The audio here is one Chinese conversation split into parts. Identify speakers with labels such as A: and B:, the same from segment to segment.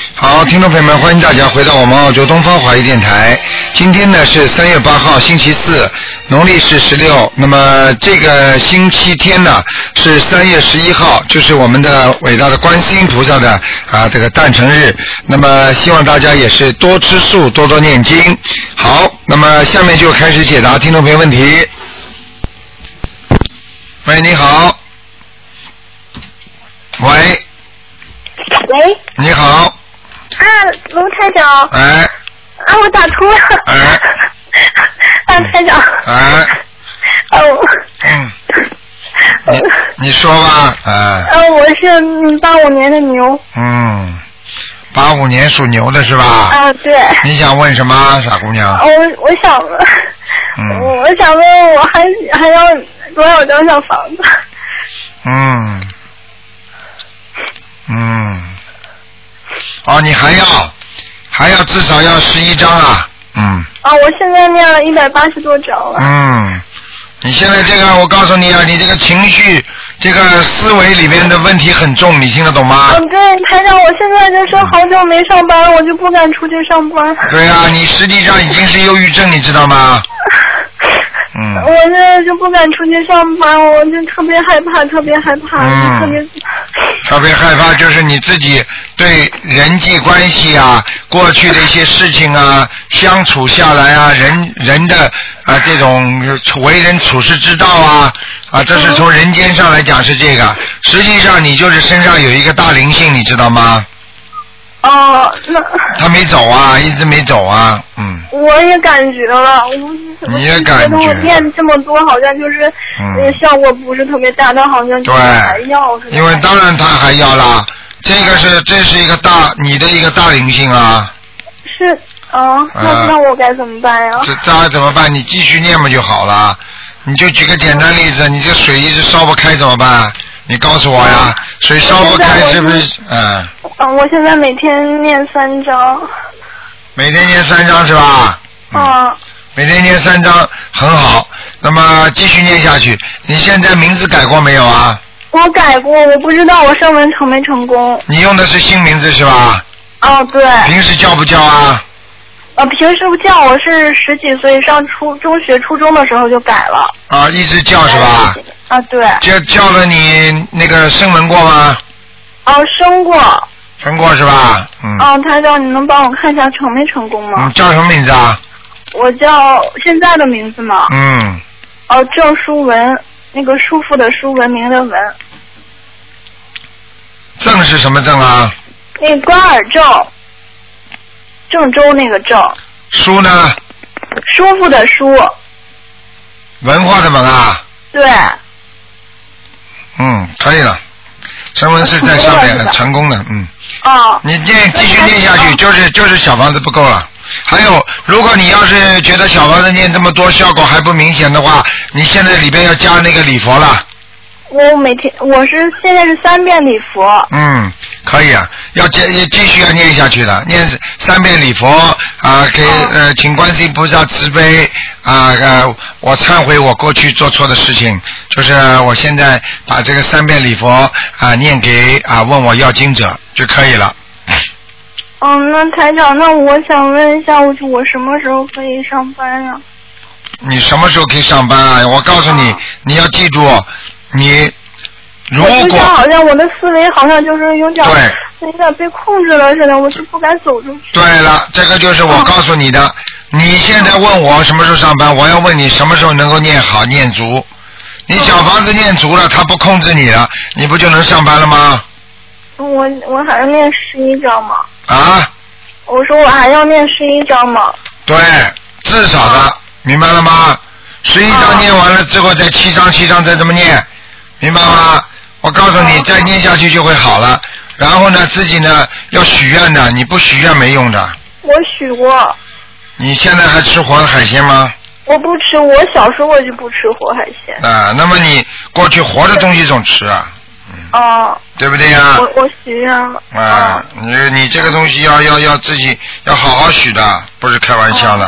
A: 众朋友们，欢迎大家回到我们澳洲东方华语电台。今天呢是三月八号，星期四，农历是十六。那么这个星期天呢是三月十一号，就是我们的伟大的观世音菩萨的啊这个诞辰日。那么希望大家也是多吃素，多多念经。好，那么下面就开始解答听众朋友问题。喂，你好。喂，
B: 喂，
A: 你好。
B: 啊，卢台长，
A: 哎
B: 啊，我打通了。
A: 哎
B: 啊，台长，
A: 哎，
B: 哦，
A: 嗯，
B: 呃
A: 你说吧，哎，
B: 呃，我是八五年的牛。
A: 嗯，八五年属牛的是吧？
B: 啊，对，哦
A: 你想问什么，傻姑娘？
B: 我我想，
A: 嗯
B: 我想问，我还还要多少张小房子？
A: 嗯嗯，哦，你还要还要至少要十一张啊，嗯
B: 啊，我现在念了一百八十多张了。
A: 嗯，你现在这个我告诉你啊，你这个情绪这个思维里面的问题很重，你听得懂吗？
B: 嗯，对，台长，我现在就是
A: 嗯
B: 好久没上班，我就不敢出去上班。
A: 对啊，你实际上已经是忧郁症，你知道吗？嗯。
B: 我现在就不敢出去上班，我就特别害怕，特别害怕，
A: 嗯
B: 就特别。
A: 特别害怕就是你自己对人际关系啊、过去的一些事情啊、相处下来啊、人人的啊这种为人处事之道啊啊，这是从人间上来讲是这个。实际上你就是身上有一个大灵性，你知道吗？
B: 哦，那
A: 他没走啊，一直没走啊，嗯。
B: 我也感觉了，我我
A: 你也感觉
B: 我念这么多，好像就是、
A: 嗯
B: 呃效果不是特别大，但好像就是还要似
A: 对，
B: 的。
A: 因为当然他还要啦，这个是这是一个大你的一个大灵性啊，
B: 是啊，
A: 嗯
B: 那那我该怎么办啊呀？
A: 这渣怎么办？你继续念嘛就好了。你就举个简单例子，你这水一直烧不开怎么办？你告诉我呀，水烧不开是不是？嗯，
B: 嗯，我现在每天念三章，
A: 每天念三章是吧？嗯，
B: 啊，
A: 每天念三章很好。那么继续念下去。你现在名字改过没有啊？
B: 我改过，我不知道我声纹成没成功。
A: 你用的是新名字是吧？
B: 哦，对，
A: 平时叫不叫啊？
B: 呃，平时不叫我是十几岁上初中学、初中的时候就改了。
A: 啊，一直叫是吧？？
B: 啊，对，
A: 叫叫了你那个声纹过吗？
B: 哦，生过。
A: 成过是吧？嗯。
B: 嗯，台长，你能帮我看一下成没成功吗？
A: 嗯，叫什么名字啊？
B: 我叫现在的名字嘛，
A: 嗯。
B: 哦，郑淑文，那个舒服的舒，文明的文，
A: 郑是什么郑啊？
B: 那关尔郑，郑州那个郑，
A: 书呢？
B: 舒服的舒，
A: 文化的文啊？
B: 对，
A: 嗯，可以了。成文是在上面
B: 啊成功了是
A: 成功的，
B: 吧
A: 嗯。
B: 哦，
A: 你念继续念下去，
B: 嗯
A: 就是就是小房子不够了。还有，如果你要是觉得小房子念这么多效果还不明显的话，你现在里边要加那个礼佛了。
B: 我每天我是现在是三遍礼佛，
A: 嗯，可以啊，要继继续要念下去的，念三遍礼佛啊，给
B: 哦
A: 呃，请观世音菩萨慈悲啊，呃，我忏悔我过去做错的事情，就是我现在把这个三遍礼佛啊念给啊问我要经者就可以了。
B: 嗯，那台长，那我想问一下，我我什么时候可以上班呀、
A: 你什么时候可以上班啊？我告诉你
B: 哦，
A: 你要记住，你如
B: 我就
A: 果
B: 像好像我的思维好像就是有点儿
A: 对
B: 有点儿被控制了似的，我就不敢走出去。
A: 对了，这个就是我
B: 嗯
A: 告诉你的。你现在问我什么时候上班，我要问你什么时候能够念好念足。你小房子念足了，他不控制你了，你不就能上班了吗？
B: 我我还要念十一章嘛，
A: 啊，
B: 我说我还要念十一章嘛。
A: 对，至少的，明白了吗？十一章
B: 嗯
A: 念完了之后，再七章七章再这么念，明白吗？我告诉你，
B: 嗯
A: 再念下去就会好了。然后呢，自己呢要许愿的，你不许愿没用的。
B: 我许过，
A: 你现在还吃活的海鲜吗？
B: 我不吃，我小时候我就不吃活海鲜。
A: 啊，那么你过去活的东西总吃啊。
B: 哦、
A: 对不对呀、
B: 我我许愿了。
A: 啊？你你这个东西要要要自己要好好许的，不是开玩笑的，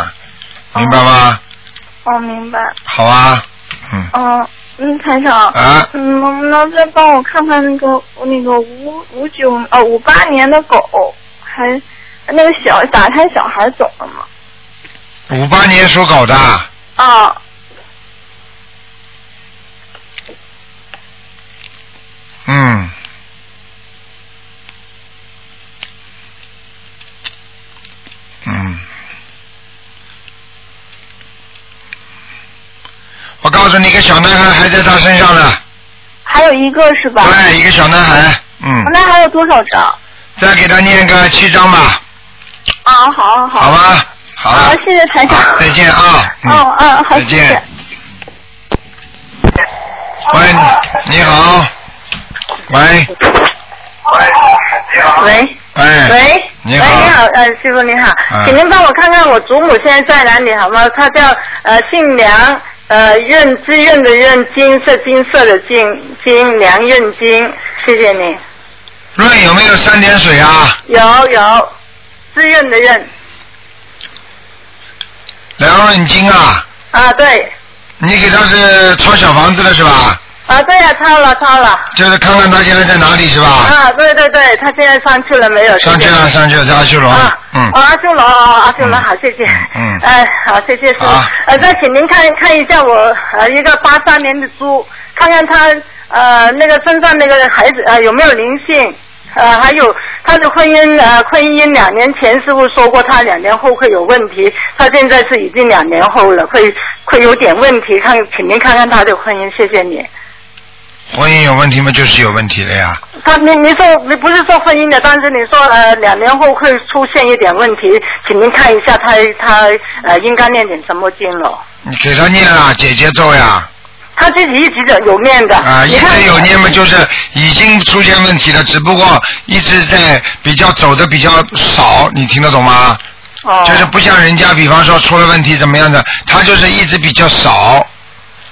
B: 哦
A: 明白吗？
B: 哦，哦，明白。
A: 好啊，嗯
B: 哦，嗯，台长。
A: 啊，
B: 嗯，能不能再帮啊我看看那个那个五五九呃五八年的狗，还那个小打胎小孩走了吗？
A: 五八年属狗的，
B: 啊，
A: 嗯，嗯，我告诉你，一个小男孩还在他身上呢，
B: 还有一个是吧？
A: 对，一个小男孩，嗯，
B: 那还有多少张？
A: 再给他念个七章吧，
B: 啊，好好好。
A: 好吧，好了
B: 好，，谢谢台长。
A: 再见啊，嗯，
C: 哦
B: 嗯嗯，好，
A: 再
B: 谢
A: 见
B: 谢。。
A: 喂，你好，喂，
C: 喂
A: 哎，
C: 喂，
A: 你
C: 喂，
A: 好，
C: 你好，呃，师傅你好，
A: 嗯
C: 请您帮我看看我祖母现在在哪里好吗？她叫呃姓梁，呃任志愿的任，金色金色的金金梁任金，谢谢你。
A: 润有没有三点水啊？
C: 有有，志愿的任
A: 梁润金啊，
C: 啊对
A: 你给他是抄小房子了是吧？
C: 啊对呀、抄了抄了
A: 就是看看他现在在哪里是吧？
C: 啊对对对，她现在上去了没有？
A: 上去
C: 谢谢
A: 了，上去了，在阿修罗
C: 啊
A: 了，，嗯
C: 哦，，阿修罗，哦，阿修罗，好，谢谢。
A: 嗯嗯
C: 哎，好，谢谢师傅
A: 好。
C: 呃，再请您看看一下我呃一个八三年的猪，看看他呃那个身上那个孩子呃有没有灵性，呃还有他的婚姻呃婚姻两年前师傅说过他两年后会有问题，他现在是已经两年后了，会会有点问题，看请您看看他的婚姻，谢谢你。
A: 婚姻有问题嘛，就是有问题了呀。
C: 他你你说你不是说婚姻的，但是你说呃两年后会出现一点问题，请您看一下他他呃应该念点什么经了。
A: 你给他念啊，姐姐咒呀，
C: 他自己一直有有念的，
A: 啊，
C: 你
A: 一
C: 看
A: 直有念嘛，就是已经出现问题了，只不过一直在比较走的比较少，你听得懂吗？
C: 哦，
A: 就是不像人家，比方说出了问题怎么样的，他就是一直比较少，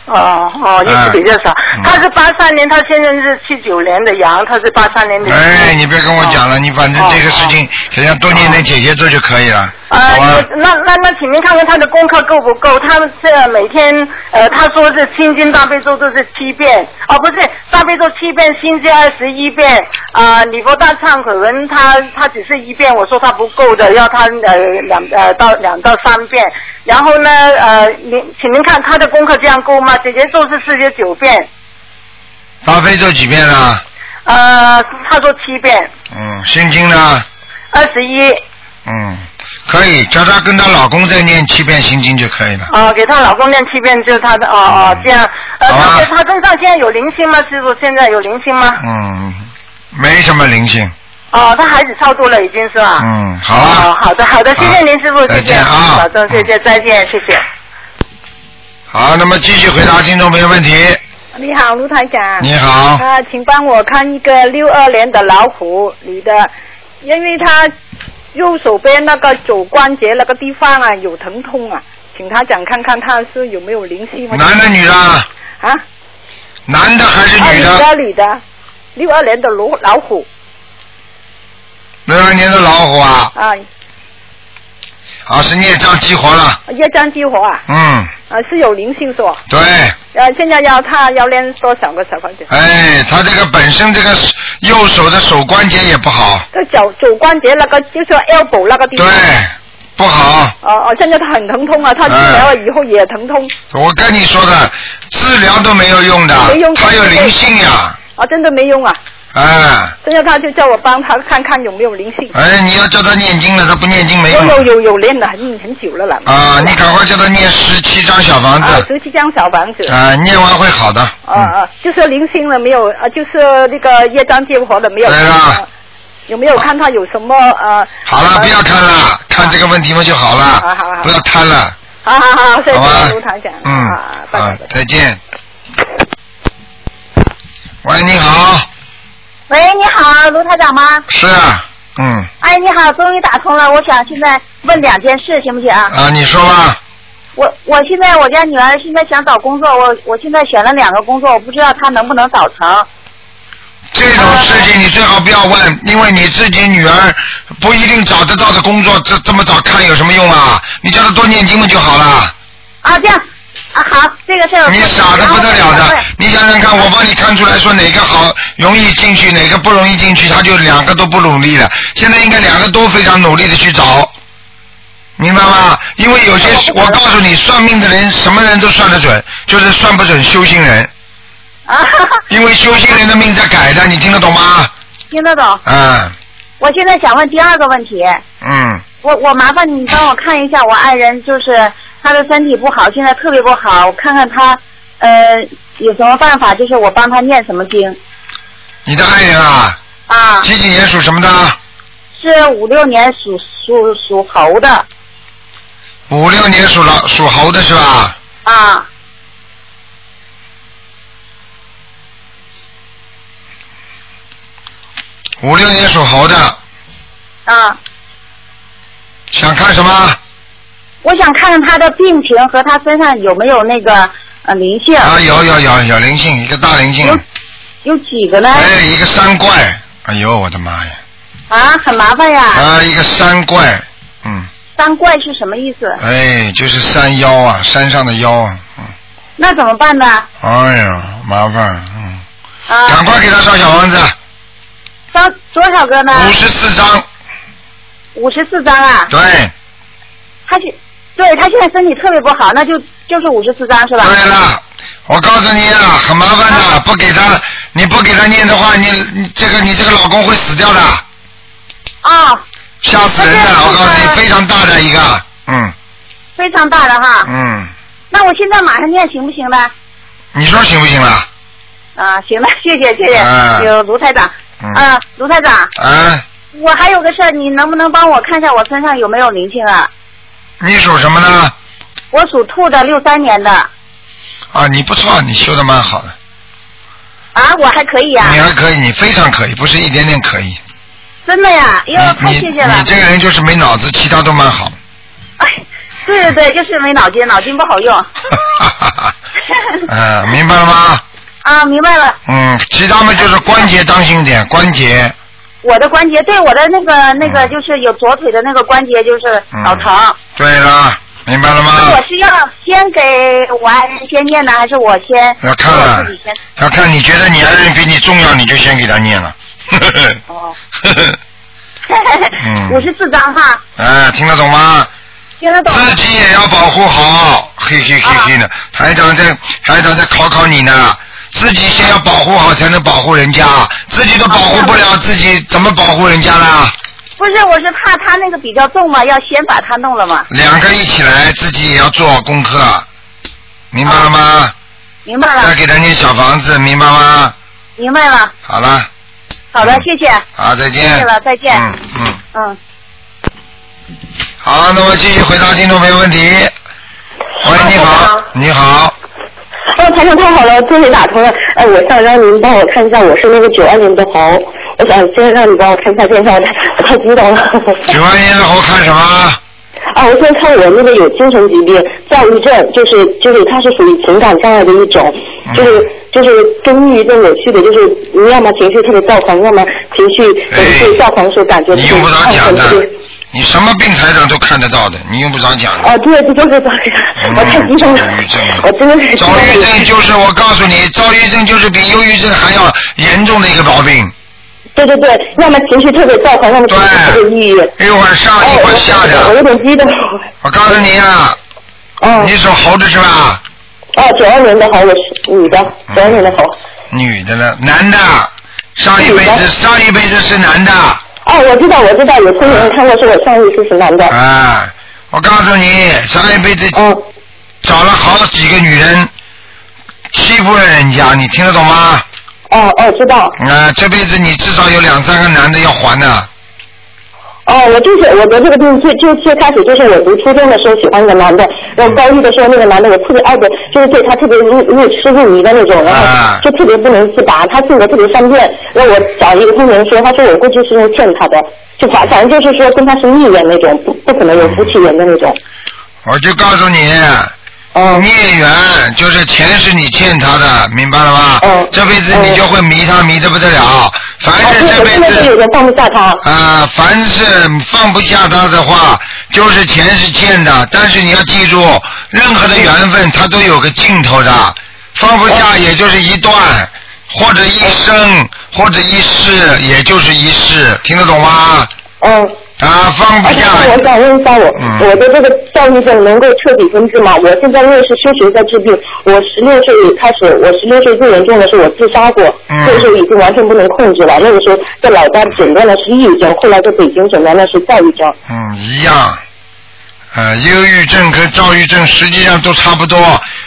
C: 哦哦，一直比较少。
A: 嗯
C: 他是八三年，他现在是七九年的羊，他是八三年的。
A: 哎，你别跟我讲
C: 哦
A: 了，你反正这个事情，给人家多念点姐姐咒就可以了，
C: 呃
A: 好，吧？
C: 哦那那那，请您看看他的功课够不够？他是每天呃，他说是心经大悲咒都是七遍，哦，不是大悲咒七遍，心经二十一遍，啊、礼佛大忏悔文他他只是一遍，我说他不够的，要他呃两呃到两到三遍。然后呢，呃，您请您看他的功课这样够吗？姐姐咒是四十九遍，
A: 大悲咒几遍了？
C: 呃，他说七遍，
A: 嗯，心经呢？
C: 二十一，
A: 嗯，可以，叫她跟她老公再念七遍心经就可以了。
C: 哦，给她老公念七遍，就是她的哦哦
A: 嗯，
C: 这样。呃，
A: 好吧
C: 她她身上现在有灵性吗？师傅，现在有灵性吗？
A: 嗯，没什么灵性。
C: 哦，她孩子超度了，已经是吧？
A: 嗯，好
C: 哦
A: 了，，
C: 好的好的，谢谢您师傅，
A: 再
C: 谢谢，
A: 见啊
C: 保重，谢谢，再见，谢谢。
A: 好，那么继续回答听众朋友问题。
D: 你好，卢台长。
A: 你好，
D: 呃，请帮我看一个六二年的老虎女的，因为她右手边那个肘关节那个地方啊有疼痛啊，请她讲看看她是有没有灵性或者
A: 男的女的？
D: 啊？
A: 男的还是
D: 啊
A: 女
D: 女
A: 的？
D: 的女的，六二年的老老虎
A: 六二年的老虎啊，
D: 啊，
A: 啊是孽障激活了。
D: 业障激活啊，
A: 嗯，
D: 啊是有灵性是吧？
A: 对，
D: 呃，现在要她要练多少个小房子？
A: 哎，他这个本身这个手右手的手关节也不好，
D: 这肘肘关节那个就是 elbow 那个地
A: 对
D: 方。，
A: 不好。
D: 哦哦，现在她很疼痛啊，她治疗了以后也疼痛。
A: 我跟你说的，治疗都没有用的，
D: 没用
A: 它有灵性呀，
D: 啊，真的没用啊！
A: 哎，
D: 现在他就叫我帮他看看有没有灵性。
A: 哎，你要叫他念经了，他不念经没
D: 有
A: 用。
D: 有有有练了很很久了啦。
A: 啊，你赶快叫他念十七张小房
D: 啊，
A: 子，
D: 十七张小房子。
A: 啊，念完会好的。
D: 啊啊，就是灵性了没有？啊，就是那个业障激活了没有？
A: 对了
D: 有没有看他有什么呃？啊
A: 好了，不要看了，看这个问题嘛就好
D: 好
A: 了
D: 好好，
A: 不要贪了，
D: 好好好，谢
A: 好吧
D: 谢卢台长。？
A: 嗯
D: 啊，拜拜
A: 啊。，再见。喂，你好，
E: 喂，你好，卢台长吗？
A: 是啊，嗯，
E: 哎，你好，终于打通了。我想现在问两件事，行不行啊？
A: 啊，你说吧，
E: 我我现在我家女儿现在想找工作，我我现在选了两个工作，我不知道她能不能找成。
A: 这种事情你最好不要问，因为你自己女儿不一定找得到的工作，这这么早看有什么用啊？你叫她多念经嘛就好了。
E: 啊，这样，
C: 啊，好，这个事 儿。
A: 你傻的不得了 的，你想想看，我帮你看出来说哪个好容易进去，哪个不容易进去，他就两个都不努力了。现在应该两个都非常努力的去找，明白吗？因为有些哎我告诉你，算命的人什么人都算得准，就是算不准修行人，
C: 啊， 哈哈
A: 因为修行人的命在改的，你听得懂吗？
C: 听得懂。
A: 嗯
C: 我现在想问第二个问题，
A: 嗯，
C: 我我麻烦你帮我看一下我爱人，就是他的身体不好，现在特别不好，我看看他呃有什么办法，就是我帮他念什么经
A: 你的爱人啊，
C: 啊？
A: 几几年属什么的？
C: 是五六年属属属猴的
A: 五六年属老属猴的是吧？
C: 啊，
A: 五六年属猴的，
C: 啊，
A: 想看什么？
C: 我想看看他的病情和他身上有没有那个呃灵性，
A: 啊，有有有有灵性，一个大灵性哎
C: 有，有几个呢？
A: 还有一个山怪，哎呦我的妈呀！
C: 啊，很麻烦呀。
A: 啊，一个山怪，嗯，
C: 三怪是什么意思？
A: 哎，就是山妖啊，山上的妖啊，嗯，
C: 那怎么办呢？
A: 哎呀，麻烦了，嗯，赶
C: 啊，
A: 快给他烧小房子，
C: 张多少个呢？
A: 五十四张，
C: 五十四张啊。
A: 对，
C: 他现对他现在身体特别不好，那就就是五十四张是吧？
A: 对了，我告诉你啊，很麻烦的，不给他，你不给他念的话，你你这个你这个老公会死掉的，
C: 啊、
A: 吓死人的，我告诉你，非常大的一个，嗯
C: 非常大的哈。
A: 嗯，
C: 那我现在马上念行不行呢？
A: 你说行不行啦？
C: 啊，行了，谢谢谢谢，
A: 啊
C: 有卢台长。
A: 嗯
C: 啊，卢台长，
A: 啊，
C: 我还有个事儿，你能不能帮我看一下我身上有没有灵性啊？
A: 你属什么呢？
C: 我属兔的，六三年的。
A: 啊，你不错，你修的蛮好的，
C: 啊，我还可以呀、
A: 你还可以，你非常可以，不是一点点可以。
C: 真的呀，哟，太
A: 你
C: 谢
A: 你
C: 谢了
A: 你。这个人就是没脑子，其他都蛮好。
C: 哎，对对对，就是没脑筋，脑筋不好用。
A: 嗯、明白了吗？
C: 啊，明白了，
A: 嗯，其他嘛就是关节当心点，关节。
C: 我的关节对我的那个那个
A: 嗯
C: 就是有左腿的那个关节就是老疼。
A: 对了，明白了
C: 那
A: 吗
C: 我？是要先给我爱人先念呢，还是我先？
A: 要看了
C: 我自己先。
A: 要看你觉得你爱人比你重要，你就先给他念了。
C: 哦，
A: 嗯
C: 五十四张哈，
A: 哎，听得懂吗？
C: 听得懂吗？
A: 自己也要保护好，嘿嘿嘿嘿呢，台长在台长在考考你呢，自己先要保护好，才能保护人家，自己都保护不
C: 啊
A: 了，自己怎么保护人家啦？
C: 不是，我是怕他那个比较重嘛，要先把他弄了嘛。
A: 两个一起来，自己也要做功课，明白了吗？
C: 明白
A: 再
C: 了，
A: 给他念小房子，明白吗？
C: 明白了。
A: 好了，
C: 好的
A: 嗯，
C: 谢谢。
A: 好，再见。
C: 谢谢了再见
A: 嗯嗯，
C: 嗯，
A: 好，那么继续回答听众朋友问题。喂，你
C: 哎
A: 好，你好，
F: 哦，台长太好了，终于打通了。呃，我想让您帮我看一下，我是那个九二年的猴，我想先让你帮我看一下电话，我太激动了。
A: 九二年的猴看什么？
F: 啊，我先看我那个有精神疾病，躁郁症，就是就是它是属于情感障碍的一种，
A: 嗯
F: 就是就是跟抑郁症有趣的，就是你要么情绪特别躁狂，要么情绪
A: 哎
F: 呃对躁狂所感觉特
A: 你
F: 别
A: 用不着
F: 亢
A: 讲
F: 奋，特
A: 的
F: 别。，
A: 你什么病台上都看得到的，你用不着讲的。
F: 啊，对，这就是躁
A: 嗯
F: 我太激动了
A: 躁郁症，
F: 我真的是激
A: 躁
F: 动了
A: 郁症就是我告诉你，躁郁症就是比忧郁症还要严重的一个毛病，
F: 对对对，要么情绪特别躁狂，要么情绪特别抑郁。
A: 一会儿上一
F: 哎，
A: 会
F: 我
A: 儿下
F: 我
A: 的。
F: 有点激动。
A: 我告诉你啊，
F: 嗯
A: 你，属猴子是吧？
F: 哦，九二年的猴，我是女的，九二年的猴。
A: 女的了，男的，上一辈
F: 女
A: 子
F: 的
A: 上一辈子是男的
F: 哦，我知道，我知道，有亲人看过，是我上一次是男的。
A: 啊！我告诉你，上一辈子
F: 嗯，
A: 找了好几个女人，欺负了人家，你听得懂吗？
F: 哦哦，知道。
A: 啊，这辈子你至少有两三个男的要还的。
F: 哦，我就是我得这个病最就最开始就是我读初中的时候喜欢一个男的，然后高一的时候那个男的我特别爱的，就是对他特别入入痴入迷的那种，然
A: 啊
F: 后就特别不能自拔，他性格特别善变，然后我找一个通人说，他说我估计是欠他的，就反反正就是说跟他是孽缘那种，不不可能有夫妻缘的那种。
A: 我就告诉你，
F: 嗯，
A: 孽缘就是钱是你欠他的，明白了吗？
F: 嗯
A: 哎这辈子你就会迷他，迷得不得了，凡
F: 啊，
A: 是
F: 对，
A: 这
F: 我
A: 辈
F: 现在是有
A: 子
F: 点放不下他。
A: 啊，凡是放不下他的话，就是钱是欠的，但是你要记住，任何的缘分它都有个尽头的，放不
F: 哦
A: 下也就是一段，或者一生，或者一世，也就是一世，听得懂吗？
F: 嗯，
A: 啊，放不
F: 而且
A: 下。
F: 哦我想问一下我，
A: 嗯
F: 我的这个躁郁症能够彻底根治吗？我现在因为是休学在治病，我十六岁开始，我十六岁最严重的是我自杀过，
A: 嗯
F: 那个时候已经完全不能控制了。那个时候在老家诊断的是抑郁症，后来在北京诊断的是躁郁症。
A: 嗯，一样。呃，忧郁症跟躁郁症实际上都差不多。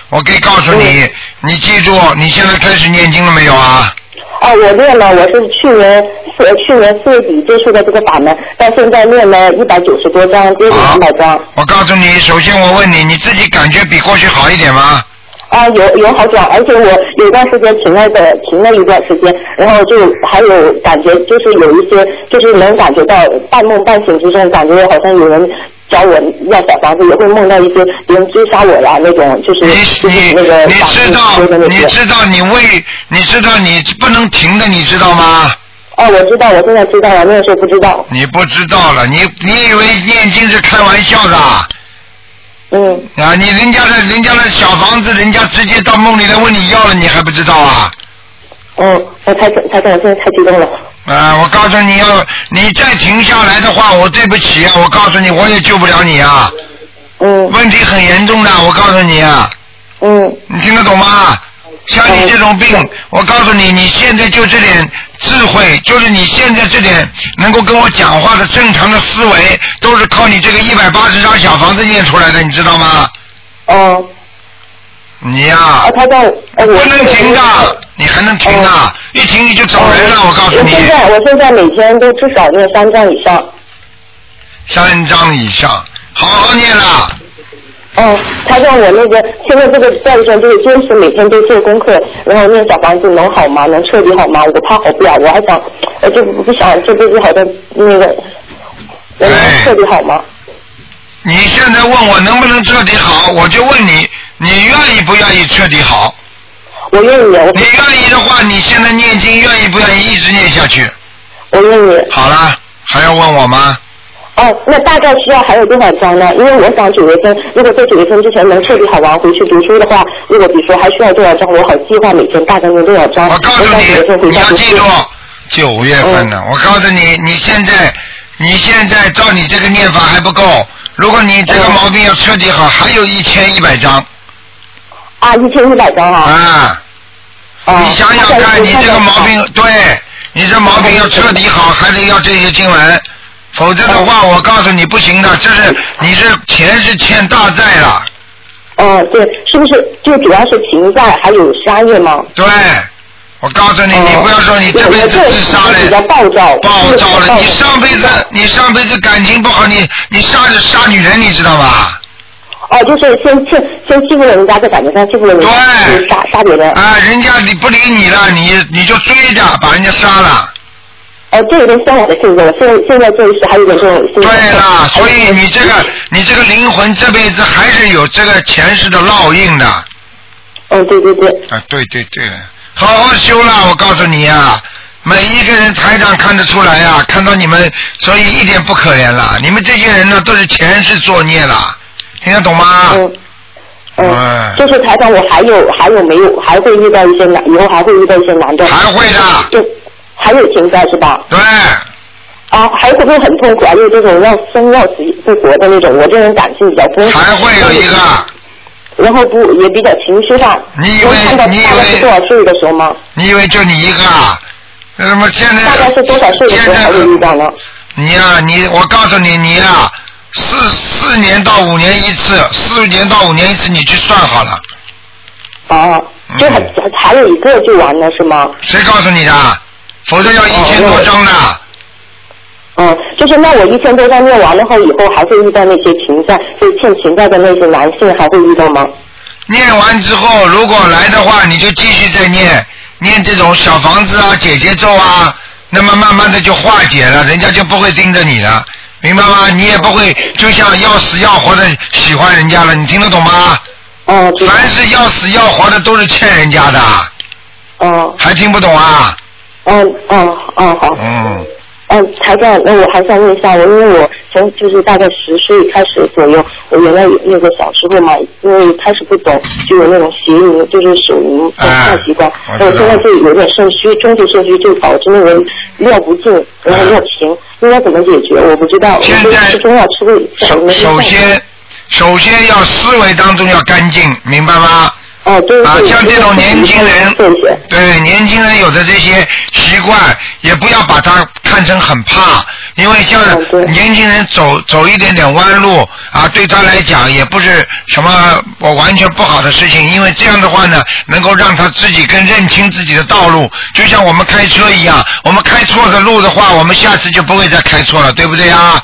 A: 我可以告诉你，你记住，你现在开始念经了没有啊？
F: 哦，我练了，我是去年四去年四月底接触的这个法门，到现在练了一百九十多章，接近
A: 好
F: 两百章。
A: 啊我告诉你，首先我问你，你自己感觉比过去好一点吗？
F: 啊，有有好转，而且我有段时间停了的，停了一段时间，然后就还有感觉，就是有一些，就是能感觉到半梦半醒之中，感觉好像有人找我要小房子，也会梦到一些别人追杀我呀那种，就是
A: 你
F: 就
A: 你
F: 是那个
A: 你
F: 法
A: 知
F: 律
A: 道
F: 说的那
A: 你
F: 些。
A: 知道你为你知道你不能停的，你知道吗？
F: 哦，我知道，我现在知道了，那个时候不知道。
A: 你不知道了，你你以为念经是开玩笑的啊？
F: 嗯，
A: 啊，你人家的人家的小房子，人家直接到梦里来问你要了，你还不知道啊？
F: 嗯，我太太太，我现在太激动了。
A: 啊，我告诉你要，你再停下来的话，我对不起啊！我告诉你，我也救不了你啊！
F: 嗯
A: 问题很严重的，我告诉你啊，
F: 嗯
A: 你听得懂吗？像你这种病，我告诉你，你现在就这点智慧，就是你现在这点能够跟我讲话的正常的思维，都是靠你这个一百八十张小房子念出来的，你知道吗？
F: 哦，
A: 你呀、
F: 啊，他在，呃、我
A: 不能停的，你还能停啊？一停你就走人了，我告诉
F: 哦我
A: 你。
F: 现在我现在每天都至少念三张以上。
A: 三张以上，好好念啦。
F: 嗯，他让我那个现在这个症状就是坚持每天都做功课，然后念小房子能好吗？能彻底好吗？我怕好不了，我还想，我就不想这辈子好像那个，我能彻底好吗？
A: 你现在问我能不能彻底好，我就问你，你愿意不愿意彻底好？
F: 我愿意，
A: 你愿意的话，你现在念经愿意不愿意一直念下去？
F: 我我愿意。
A: 好啦，还要问我吗？
F: 哦，那大概需要还有多少张呢？因为我想九月份，如果在九月份之前能彻底好完回去读书的话，如果比如说还需要多少张，我好计划每天大概念多少张。
A: 我告诉
F: 想九月份
A: 你，
F: 回
A: 你
F: 家
A: 要
F: 读
A: 记
F: 书
A: 住。，九月份呢，我告诉你，你现在，你现在照你这个念法还不够，如果你这个
F: 嗯
A: 毛病要彻底好，还有一千一百张
F: 啊，一千一百张啊。
A: 啊。
F: 啊
A: 你想想看，你这个毛。病，对你这毛病要彻底好，还得要这些经文，否则的话，我告诉你不行的，这是你是钱是欠大债了，
F: 嗯，对，是不是就主要是情债还有杀业吗？
A: 对，我告诉你，
F: 嗯
A: 你不要说你这辈子自杀
F: 哦我啊这比较
A: 了。
F: 暴躁，
A: 暴躁
F: 暴
A: 了，你上辈子你上辈子感情不好，你你杀人杀女人，你知道吧？
F: 哦，就是先欺先欺负了人家，在感情上欺负了人家，
A: 对
F: 就杀杀别人。
A: 啊，人家你不理你了，你你就追着把人家杀了。
F: 哦，这有点像我的性格，我现现在这一世还有点这种性格。
A: 对啦，所以你这个你这个灵魂这辈子还是有这个前世的烙印的。
F: 嗯，对对对，
A: 啊，对对对，好好修啦！我告诉你啊，每一个人台长看得出来啊，看到你们，所以一点不可怜啦。你们这些人呢，都是前世作孽啦，听得懂吗？
F: 嗯。
A: 哎
F: 嗯，就是台上我还有还有没有还会遇到一些难，以后还会遇到一些难的，
A: 还会的，
F: 就还有情债是吧？
A: 对，
F: 啊，还会不会很痛苦啊？就是这种要生要死不活的那种，我这人感性比较丰富。
A: 还会有一个，
F: 然后不也比较情绪化。
A: 你以为
F: 能看到
A: 你以为
F: 大概是多少岁的时候吗？
A: 你以为就你一个啊？那么现在
F: 大概是多少岁的时
A: 现
F: 候才会遇
A: 在
F: 到呢？
A: 你呀、你我告诉你，你呀、四四年到五年一次，四年到五年一次，你去算好了。嗯
F: 啊，就很、还有一个就完了是吗？
A: 谁告诉你的？否则要一千多张的。
F: 嗯，就是那我一千多张念完了后，以后还会遇到那些情债，就是欠情债的那些男性还会遇到吗？
A: 念完之后，如果来的话，你就继续再念，念这种小房子啊、姐姐咒啊，那么慢慢的就化解了，人家就不会盯着你了，明白吗？你也不会就像要死要活的喜欢人家了，你听得懂吗？
F: 嗯，知道。
A: 凡是要死要活的都是欠人家的，
F: 嗯
A: 还听不懂啊？
F: 嗯嗯嗯嗯好，
A: 嗯，
F: 嗯，台长，那我还想问一下，我因为我从就是大概十岁开始左右，我原来有那个小时候嘛，因为开始不懂，就有那种邪淫，就是手淫的坏习惯
A: 哎。
F: 那、
A: 我知
F: 我
A: 道
F: 现在就有点肾虚，中度肾虚，就导致那个尿不尽，然后尿频，应该怎么解决？我不知道。我
A: 现在
F: 就吃中药吃的
A: 首首，先首先要思维当中要干净，明白吗？
F: 哦、对对
A: 啊，像这种年轻人
F: 谢谢。，
A: 对年轻人有的这些习惯，也不要把它看成很怕，因为像
F: 嗯对
A: 年轻人走走一点点弯路啊，对他来讲也不是什么我完全不好的事情，因为这样的话呢，能够让他自己更认清自己的道路，就像我们开车一样，我们开错的路的话，我们下次就不会再开错了，对不对啊？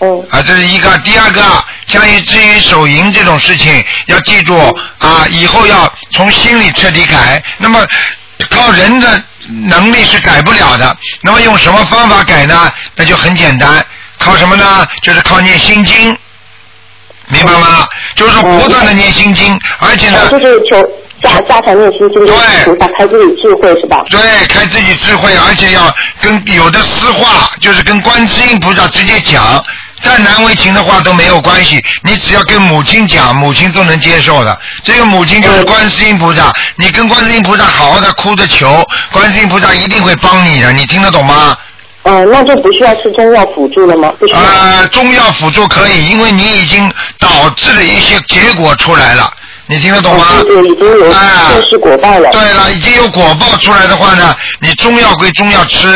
F: 嗯
A: 啊，这是一个。第二个，啊像于至于手淫这种事情，要记住啊，以后要从心里彻底改。那么靠人的能力是改不了的，那么用什么方法改呢？那就很简单，靠什么呢？就是靠念心经。明白吗？就是说不断的念心经，而且呢，
F: 哦就是求加加强内心，就是
A: 对
F: 菩萨开自己智慧是吧？
A: 对，开自己智慧，而且要跟有的私话，就是跟观世音菩萨直接讲，再难为情的话都没有关系，你只要跟母亲讲，母亲都能接受的。这个母亲就是观世音菩萨，你跟观世音菩萨好好的哭着求，观世音菩萨一定会帮你的，你听得懂吗？
F: 嗯，那就不需要吃中药辅助了吗？不需要。
A: 呃，中药辅助可以，因为你已经导致了一些结果出来了，你听得懂吗？
F: 哦对对，已经有
A: 哎
F: 正式果报了。
A: 对了，已经有果报出来的话呢，你中药归中药吃，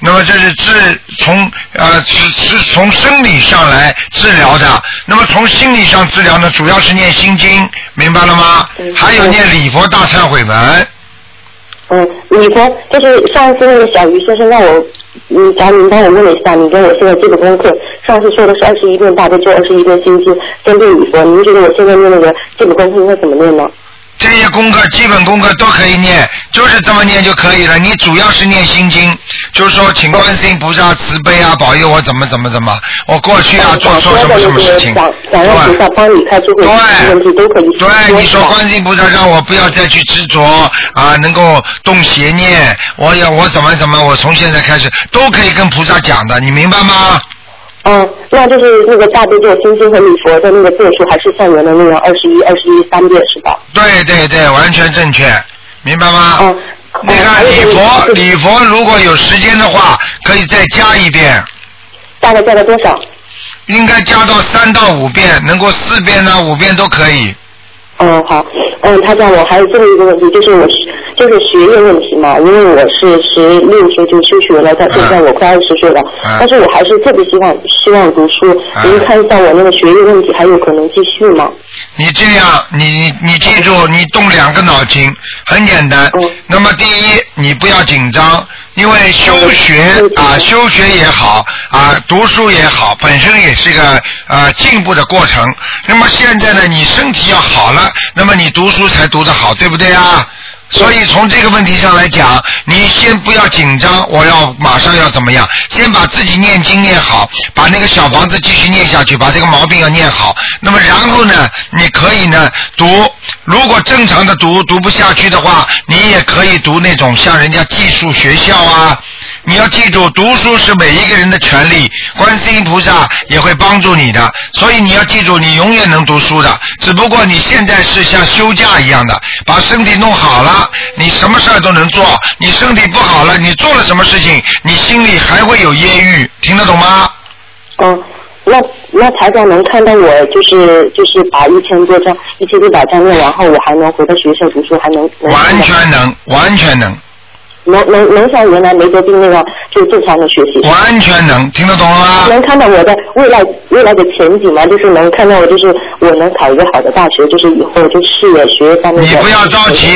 A: 那么这是治从呃是是从生理上来治疗的，那么从心理上治疗呢，主要是念心经，明白了吗？还有念礼佛大忏悔文，
F: 嗯，你说就是上次那个小鱼先生让我，嗯，找你帮我问了一下，你跟我现在这个功课，上次说的是二十一遍大悲咒，二十一遍心经，针对你说，您觉得我现在念那个这个功课应该怎么念呢？
A: 这些功课基本功课都可以念，就是这么念就可以了。你主要是念心经，就是说请观世音菩萨慈悲啊，保佑我怎么怎么怎么，我过去啊做错什么什么事情，
F: 嗯想想让菩
A: 对
F: 萨帮你开智慧
A: 对
F: 问题都可以说。
A: 对，你说观世音菩萨让我不要再去执着啊，能够动邪念，我要我怎么怎么，我从现在开始都可以跟菩萨讲的，你明白吗？
F: 嗯，那就是那个大悲咒、心经和礼佛的那个遍数，还是像原来那样二十一、二十一三遍是吧？
A: 对对对，完全正确，明白吗？
F: 嗯。
A: 啊你看
F: 嗯
A: 礼佛，
F: 就是
A: 礼佛如果有时间的话，可以再加一遍，
F: 大概加到多少？
A: 应该加到三到五遍，能够四遍呢、五遍都可以。
F: 嗯，好，嗯，他讲我还有这么一个问题，就是我学就是学业问题嘛，因为我是十六岁就休学了，到现在我快二十岁了，
A: 嗯
F: 但是我还是特别希望希望读书。
A: 嗯
F: 您看一下我那个学业问题还有可能继续吗？
A: 你这样，你你你记住，你动两个脑筋，很简单
F: 嗯。
A: 那么第一，你不要紧张，因为休学
F: 嗯
A: 啊，休学也好啊，读书也好，本身也是一个呃进步的过程。那么现在呢，你身体要好了，那么你读书才读得好，对不对啊？所以从这个问题上来讲，你先不要紧张，我要马上要怎么样？先把自己念经念好，把那个小房子继续念下去，把这个毛病要念好。那么然后呢，你可以呢读，如果正常的读读不下去的话，你也可以读那种像人家寄宿学校啊。你要记住，读书是每一个人的权利，观世音菩萨也会帮助你的。所以你要记住，你永远能读书的，只不过你现在是像休假一样的，把身体弄好了，你什么事儿都能做；你身体不好了，你做了什么事情，你心里还会有掖郁，听得懂吗？
F: 嗯，那那台长能看到我就是就是把一千多张、一千六百张念完后，我还能回到学校读书，还能能
A: 完全能，完全能，
F: 能能能像原来没得病那样就正常的学习。
A: 完全能，听得懂了吗？
F: 能看到我的未来未来的前景吗？就是能看到我，就是我能考一个好的大学，就是以后就事业学业方面。嗯
A: 你不要着急。，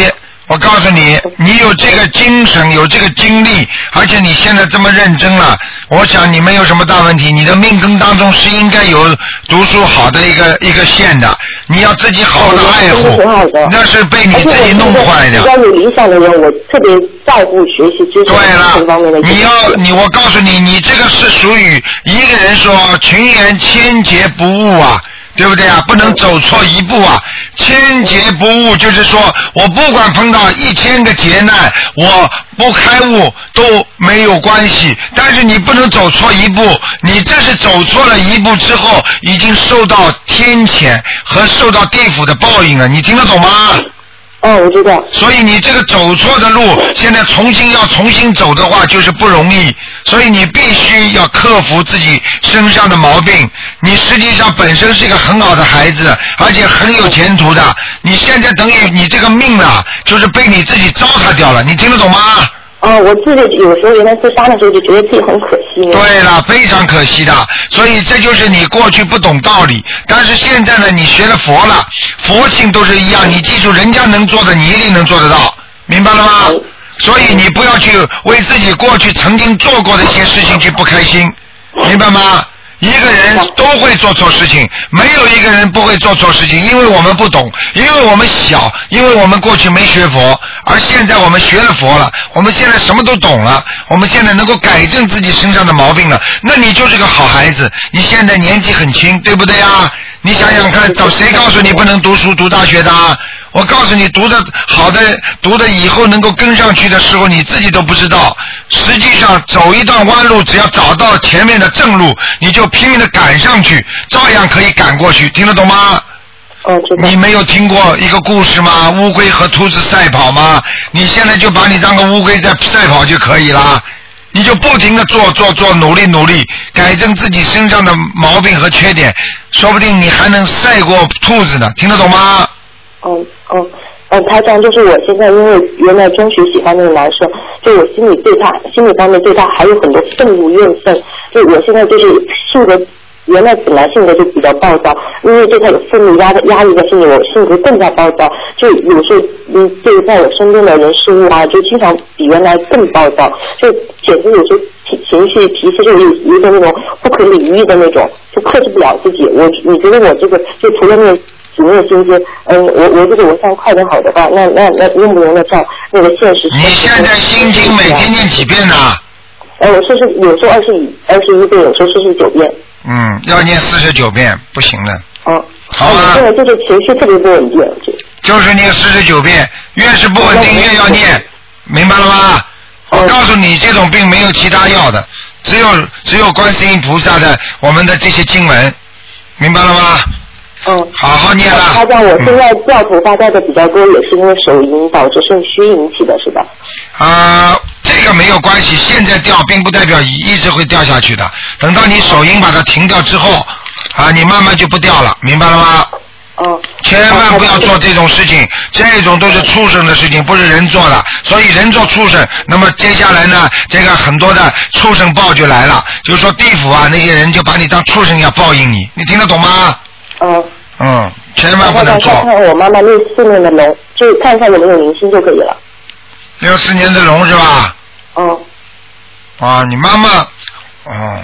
A: 我告诉你，你有这个精神，有这个精力，而且你现在这么认真了，我想你没有什么大问题。你的命根当中是应该有读书好的一个一个线的，你要自己好好的爱
F: 嗯我觉得这个很好
A: 护
F: 的，
A: 那是被你
F: 而
A: 自
F: 且我
A: 己
F: 是
A: 弄
F: 一个
A: 坏的
F: 比。较有影响的人，我特别在乎学习知识这方
A: 对
F: 面
A: 了
F: 的一，些。
A: 你要你我告诉你，你这个是属于一个人说群缘千劫不误啊。对不对啊？不能走错一步啊！千劫不误，就是说我不管碰到一千个劫难，我不不开悟都没有关系，但是你不能走错一步，你这是走错了一步之后，已经受到天谴和受到地府的报应了，你听得懂吗？
F: 哦，我知道。
A: 所以你这个走错的路，现在重新要重新走的话，就是不容易。所以你必须要克服自己身上的毛病。你实际上本身是一个很好的孩子，而且很有前途的。你现在等于你这个命啊，就是被你自己糟蹋掉了。你听得懂吗？
F: 哦，我自己有时候原来自杀的时候就觉得自己很可惜。
A: 对了，非常可惜的，所以这就是你过去不懂道理，但是现在呢，你学了佛了，佛性都是一样，你记住，人家能做的，你一定能做得到，明白了吗？所以你不要去为自己过去曾经做过的一些事情去不开心， 明白吗？一个人都会做错事情，没有一个人不会做错事情，因为我们不懂，因为我们小，因为我们过去没学佛，而现在我们学了佛了，我们现在什么都懂了，我们现在能够改正自己身上的毛病了，那你就是个好孩子。你现在年纪很轻，对不对啊？你想想看，找谁告诉你不能读书读大学的、啊？我告诉你，读的好的，读的以后能够跟上去的时候，你自己都不知道。实际上，走一段弯路，只要找到前面的正路，你就拼命的赶上去，照样可以赶过去。听得懂吗？
F: 哦，知道。
A: 你没有听过一个故事吗？乌龟和兔子赛跑吗？你现在就把你当个乌龟在赛跑就可以啦。你就不停的做做做，努力努力，改正自己身上的毛病和缺点，说不定你还能赛过兔子呢。听得懂吗？
F: 嗯嗯嗯，台长，就是我现在因为原来中学喜欢那个男生，就我心里对他心理方面对他还有很多愤怒怨愤，就我现在就是性格原来本来性格就比较暴躁，因为对他有愤怒压压抑在心里，我性格更加暴躁，就有时候嗯对在我身边的人事物啊，就经常比原来更暴躁，就简直有时候情情绪脾气就有有一种那种不可理喻的那种，就克制不了自己。我你觉得我这个就除了那个职业薪资，嗯，我我这个我想快点好的话，那那那用不用得上那个现实？
A: 你现在心经每天念几遍呢、
F: 哎，我试试，有时候二十一二十一遍，有时候四十九遍。
A: 嗯，要念四十九遍，不行的。
F: 嗯，
A: 好啊
F: 我现在就是情绪特别不稳定，我觉得。
A: 就是念四十九遍，越是不稳定越要念，明白了吗？
F: 嗯
A: 我告诉你，这种病没有其他药的，只有只有观世音菩萨的我们的这些经文，明白了吗？
F: 嗯。
A: 好好念了。
F: 他让我现
A: 嗯
F: 在掉头发掉的比较多，也是因为手淫导致肾虚引起的，是吧？
A: 啊、这个没有关系，现在掉并不代表一直会掉下去的。等到你手淫把它停掉之后，啊，你慢慢就不掉了，明白了吗？
F: 嗯。
A: 千万不要做这种事情，这种都是畜生的事情，不是人做的。所以人做畜生，那么接下来呢，这个很多的畜生报就来了，就是说地府啊，那些人就把你当畜生一样报应你，你听得懂吗？
F: 嗯。
A: 嗯，千万
F: 然
A: 不
F: 后
A: 能
F: 再
A: 做。
F: 看看我妈妈六四年的龙，就是看一下有没有灵性就可以了。
A: 六四年的龙是吧？
F: 嗯。
A: 啊，你妈妈，哦，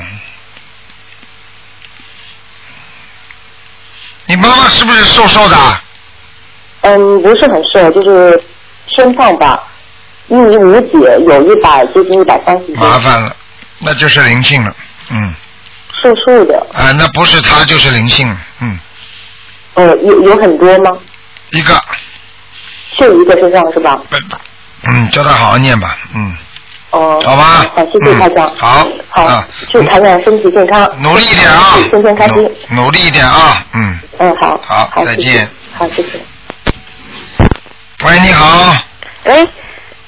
A: 你妈妈是不是瘦瘦的？
F: 嗯，不是很瘦，就是身胖吧，一米五几，有一百接近一百三十斤，
A: 麻烦了，那就是灵性了，嗯，
F: 瘦瘦的。
A: 啊，那不是她就是灵性，嗯，
F: 呃，有有很多吗？
A: 一个，
F: 就一个身上是吧？
A: 嗯，叫她好好念吧，嗯，
F: 哦、
A: 好吧
F: 好，谢谢大家。
A: 嗯好
F: 好
A: 啊，
F: 祝台长身体健康，
A: 努力一点啊，
F: 天天开心。
A: 努努力一点啊，嗯，
F: 嗯，好，
A: 好
F: 好，
A: 再
F: 谢谢
A: 见。
F: 好，谢谢。
A: 喂，你好，
G: 喂，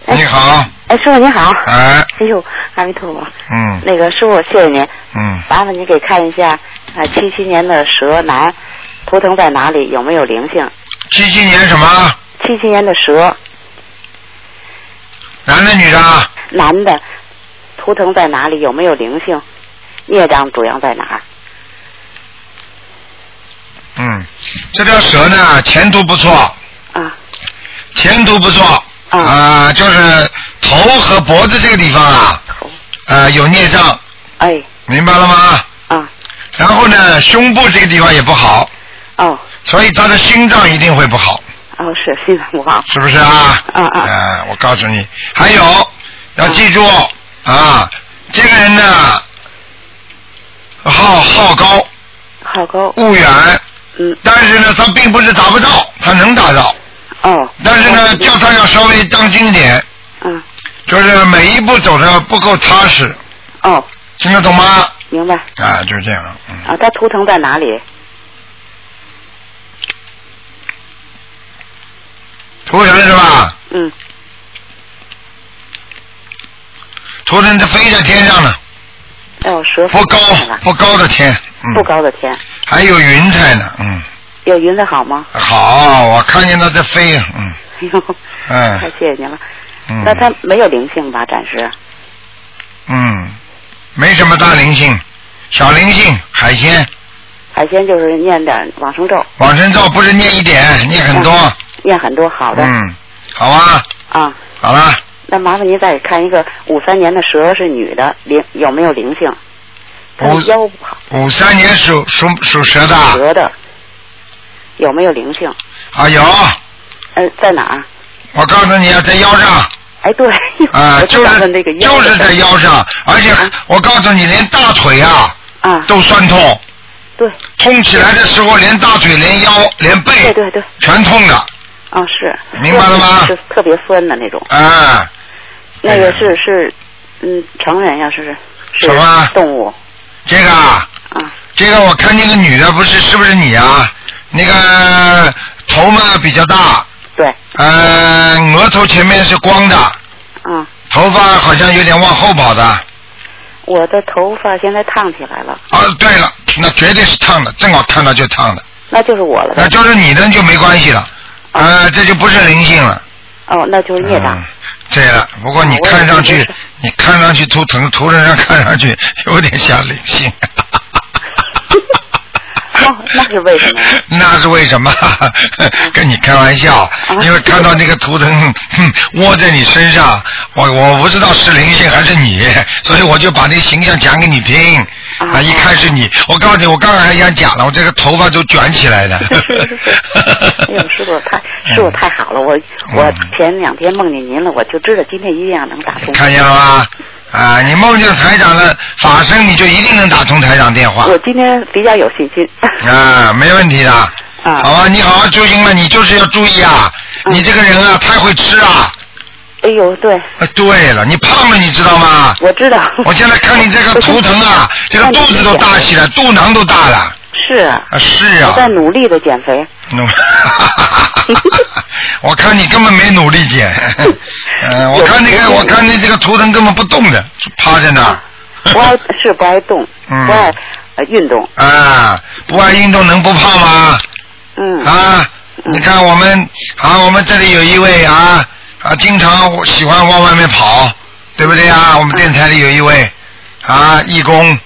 G: 哎
A: 你好，
G: 哎，师傅您好。
A: 哎，
G: 哎呦，阿弥陀佛。
A: 嗯
G: 那个师傅，谢谢您，
A: 嗯，
G: 麻烦您给看一下啊，七、7七年的蛇男图腾在哪里，有没有灵性？
A: 七七年什么？
G: 七七年的蛇
A: 男的女的啊？
G: 男的图腾在哪里，有没有灵性？业障主要在哪儿？
A: 嗯，这条蛇呢，前途不错，
G: 啊
A: 前途不错，啊、
G: 嗯
A: 就是头和脖子这个地方啊，呃，有孽障，
G: 哎
A: 明白了吗？
G: 啊
A: 然后呢，胸部这个地方也不好，
G: 哦
A: 所以他的心脏一定会不好，
G: 哦是心脏不好。
A: 是不是啊？
G: 嗯嗯
A: 呃我告诉你，还有要记住啊，这个人呢，好好高
G: 好高。
A: 骛远，
G: 嗯
A: 但是呢，他并不是达不到，他能达到，
G: 哦
A: 但是呢，叫他要稍微当心一点。
G: 嗯
A: 就是每一步走的不够踏实，
G: 哦，
A: 听得懂吗？
G: 明白。
A: 啊，就是这样，嗯，
G: 啊，他图腾在哪里？
A: 图腾是吧？
G: 嗯，
A: 图腾它飞在天上呢，
G: 哦，蛇
A: 不高
G: 是吧
A: 不高的天，嗯，
G: 不，高的天，
A: 还有云彩呢，嗯，
G: 有云彩好吗？
A: 好，我看见它在飞，嗯
G: 哎呦， 太
A: 嗯
G: 谢谢您了。
A: 嗯，
G: 那他没有灵性吧？暂时
A: 嗯，没什么大灵性，小灵性，海鲜，
G: 海鲜就是念点往生咒，
A: 往生咒不是念一点，念很多，
G: 念很多好的
A: 嗯，好啊，
G: 啊。
A: 好啦，
G: 那麻烦您再看一个五三年的蛇是女的，灵有没有灵性？她的
A: 五
G: 腰不好，
A: 五三年属属属蛇的
G: 蛇的有没有灵性？
A: 啊有，
G: 呃，在哪儿？
A: 我告诉你啊，在腰上
G: 哎，对，
A: 啊，
G: 我
A: 就
G: 想
A: 是
G: 问这个腰
A: 就
G: 的
A: 是在腰上，而且
G: 嗯
A: 我告诉你，连大腿啊
G: 啊，
A: 都酸痛，
G: 对
A: 痛起来的时候，连大腿、连腰、连
G: 对
A: 背
G: 对对，
A: 全痛的，
G: 啊是，
A: 明白了吗
G: 就是特别酸的那种，
A: 啊，
G: 那个是是嗯成人呀，是是是
A: 什么
G: 动物
A: 这个啊。
G: 啊？
A: 这个我看那个女的不是是不是你啊？那个头嘛比较大，
G: 对，
A: 呃，额头前面是光的，
G: 啊，
A: 头发好像有点往后跑的。
G: 我的头发现在烫起来了，
A: 哦，对了，那绝对是烫的，正好看到就烫的，
G: 那就是我了呗
A: 那就是你的就没关系了，呃，这就不是灵性了。
G: 哦，那就是孽障
A: 嗯。对了，不过你
G: 啊我也
A: 看上
G: 没
A: 去
G: 事，
A: 你看上去图腾图腾上看上去 有点像灵性。
G: 哦那是为什么呀？
A: 那是为什么？ 跟你开玩笑，
G: 啊
A: 因为看到那个图腾哼窝在你身上，我我不知道是灵性还是你，
G: 啊
A: 所以我就把那形象讲给你听。啊，一看是你，我告诉你，我刚刚还想讲了，我这个头发都卷起来了。
G: 是是是是， 哎呦，师傅太师傅太好了，我
A: 嗯
G: 我前两天梦见您了，我就知道今天一定要能打通。
A: 看见了吧？啊，你梦见台长的法身，你就一定能打通台长电话
G: 我今天比较有信心。
A: 啊，没问题 的。
G: 啊
A: 好吧，你好好修行了，你就是要注意啊，
G: 嗯
A: 你这个人啊，太会吃啊。
G: 哎呦，对，
A: 啊，对了，你胖了，你知道吗？
G: 我知道。
A: 我现在看你这个图腾啊，这个肚子都大起来，肚囊都大了。
G: 是啊，
A: 啊，是
G: 我
A: 啊。
G: 在努力的减 肥。
A: 努。我看你根本没努力 减。嗯，我看那个，我看那这个图腾根本不动的，趴在那儿。
G: 不爱是不爱动，
A: 嗯
G: 不爱呃运动。
A: 啊，不爱运动能不胖吗？
G: 嗯，
A: 啊，你看我们啊，我们这里有一位啊啊，经常喜欢往外面跑，对不对啊？我们电台里有一位啊，义工，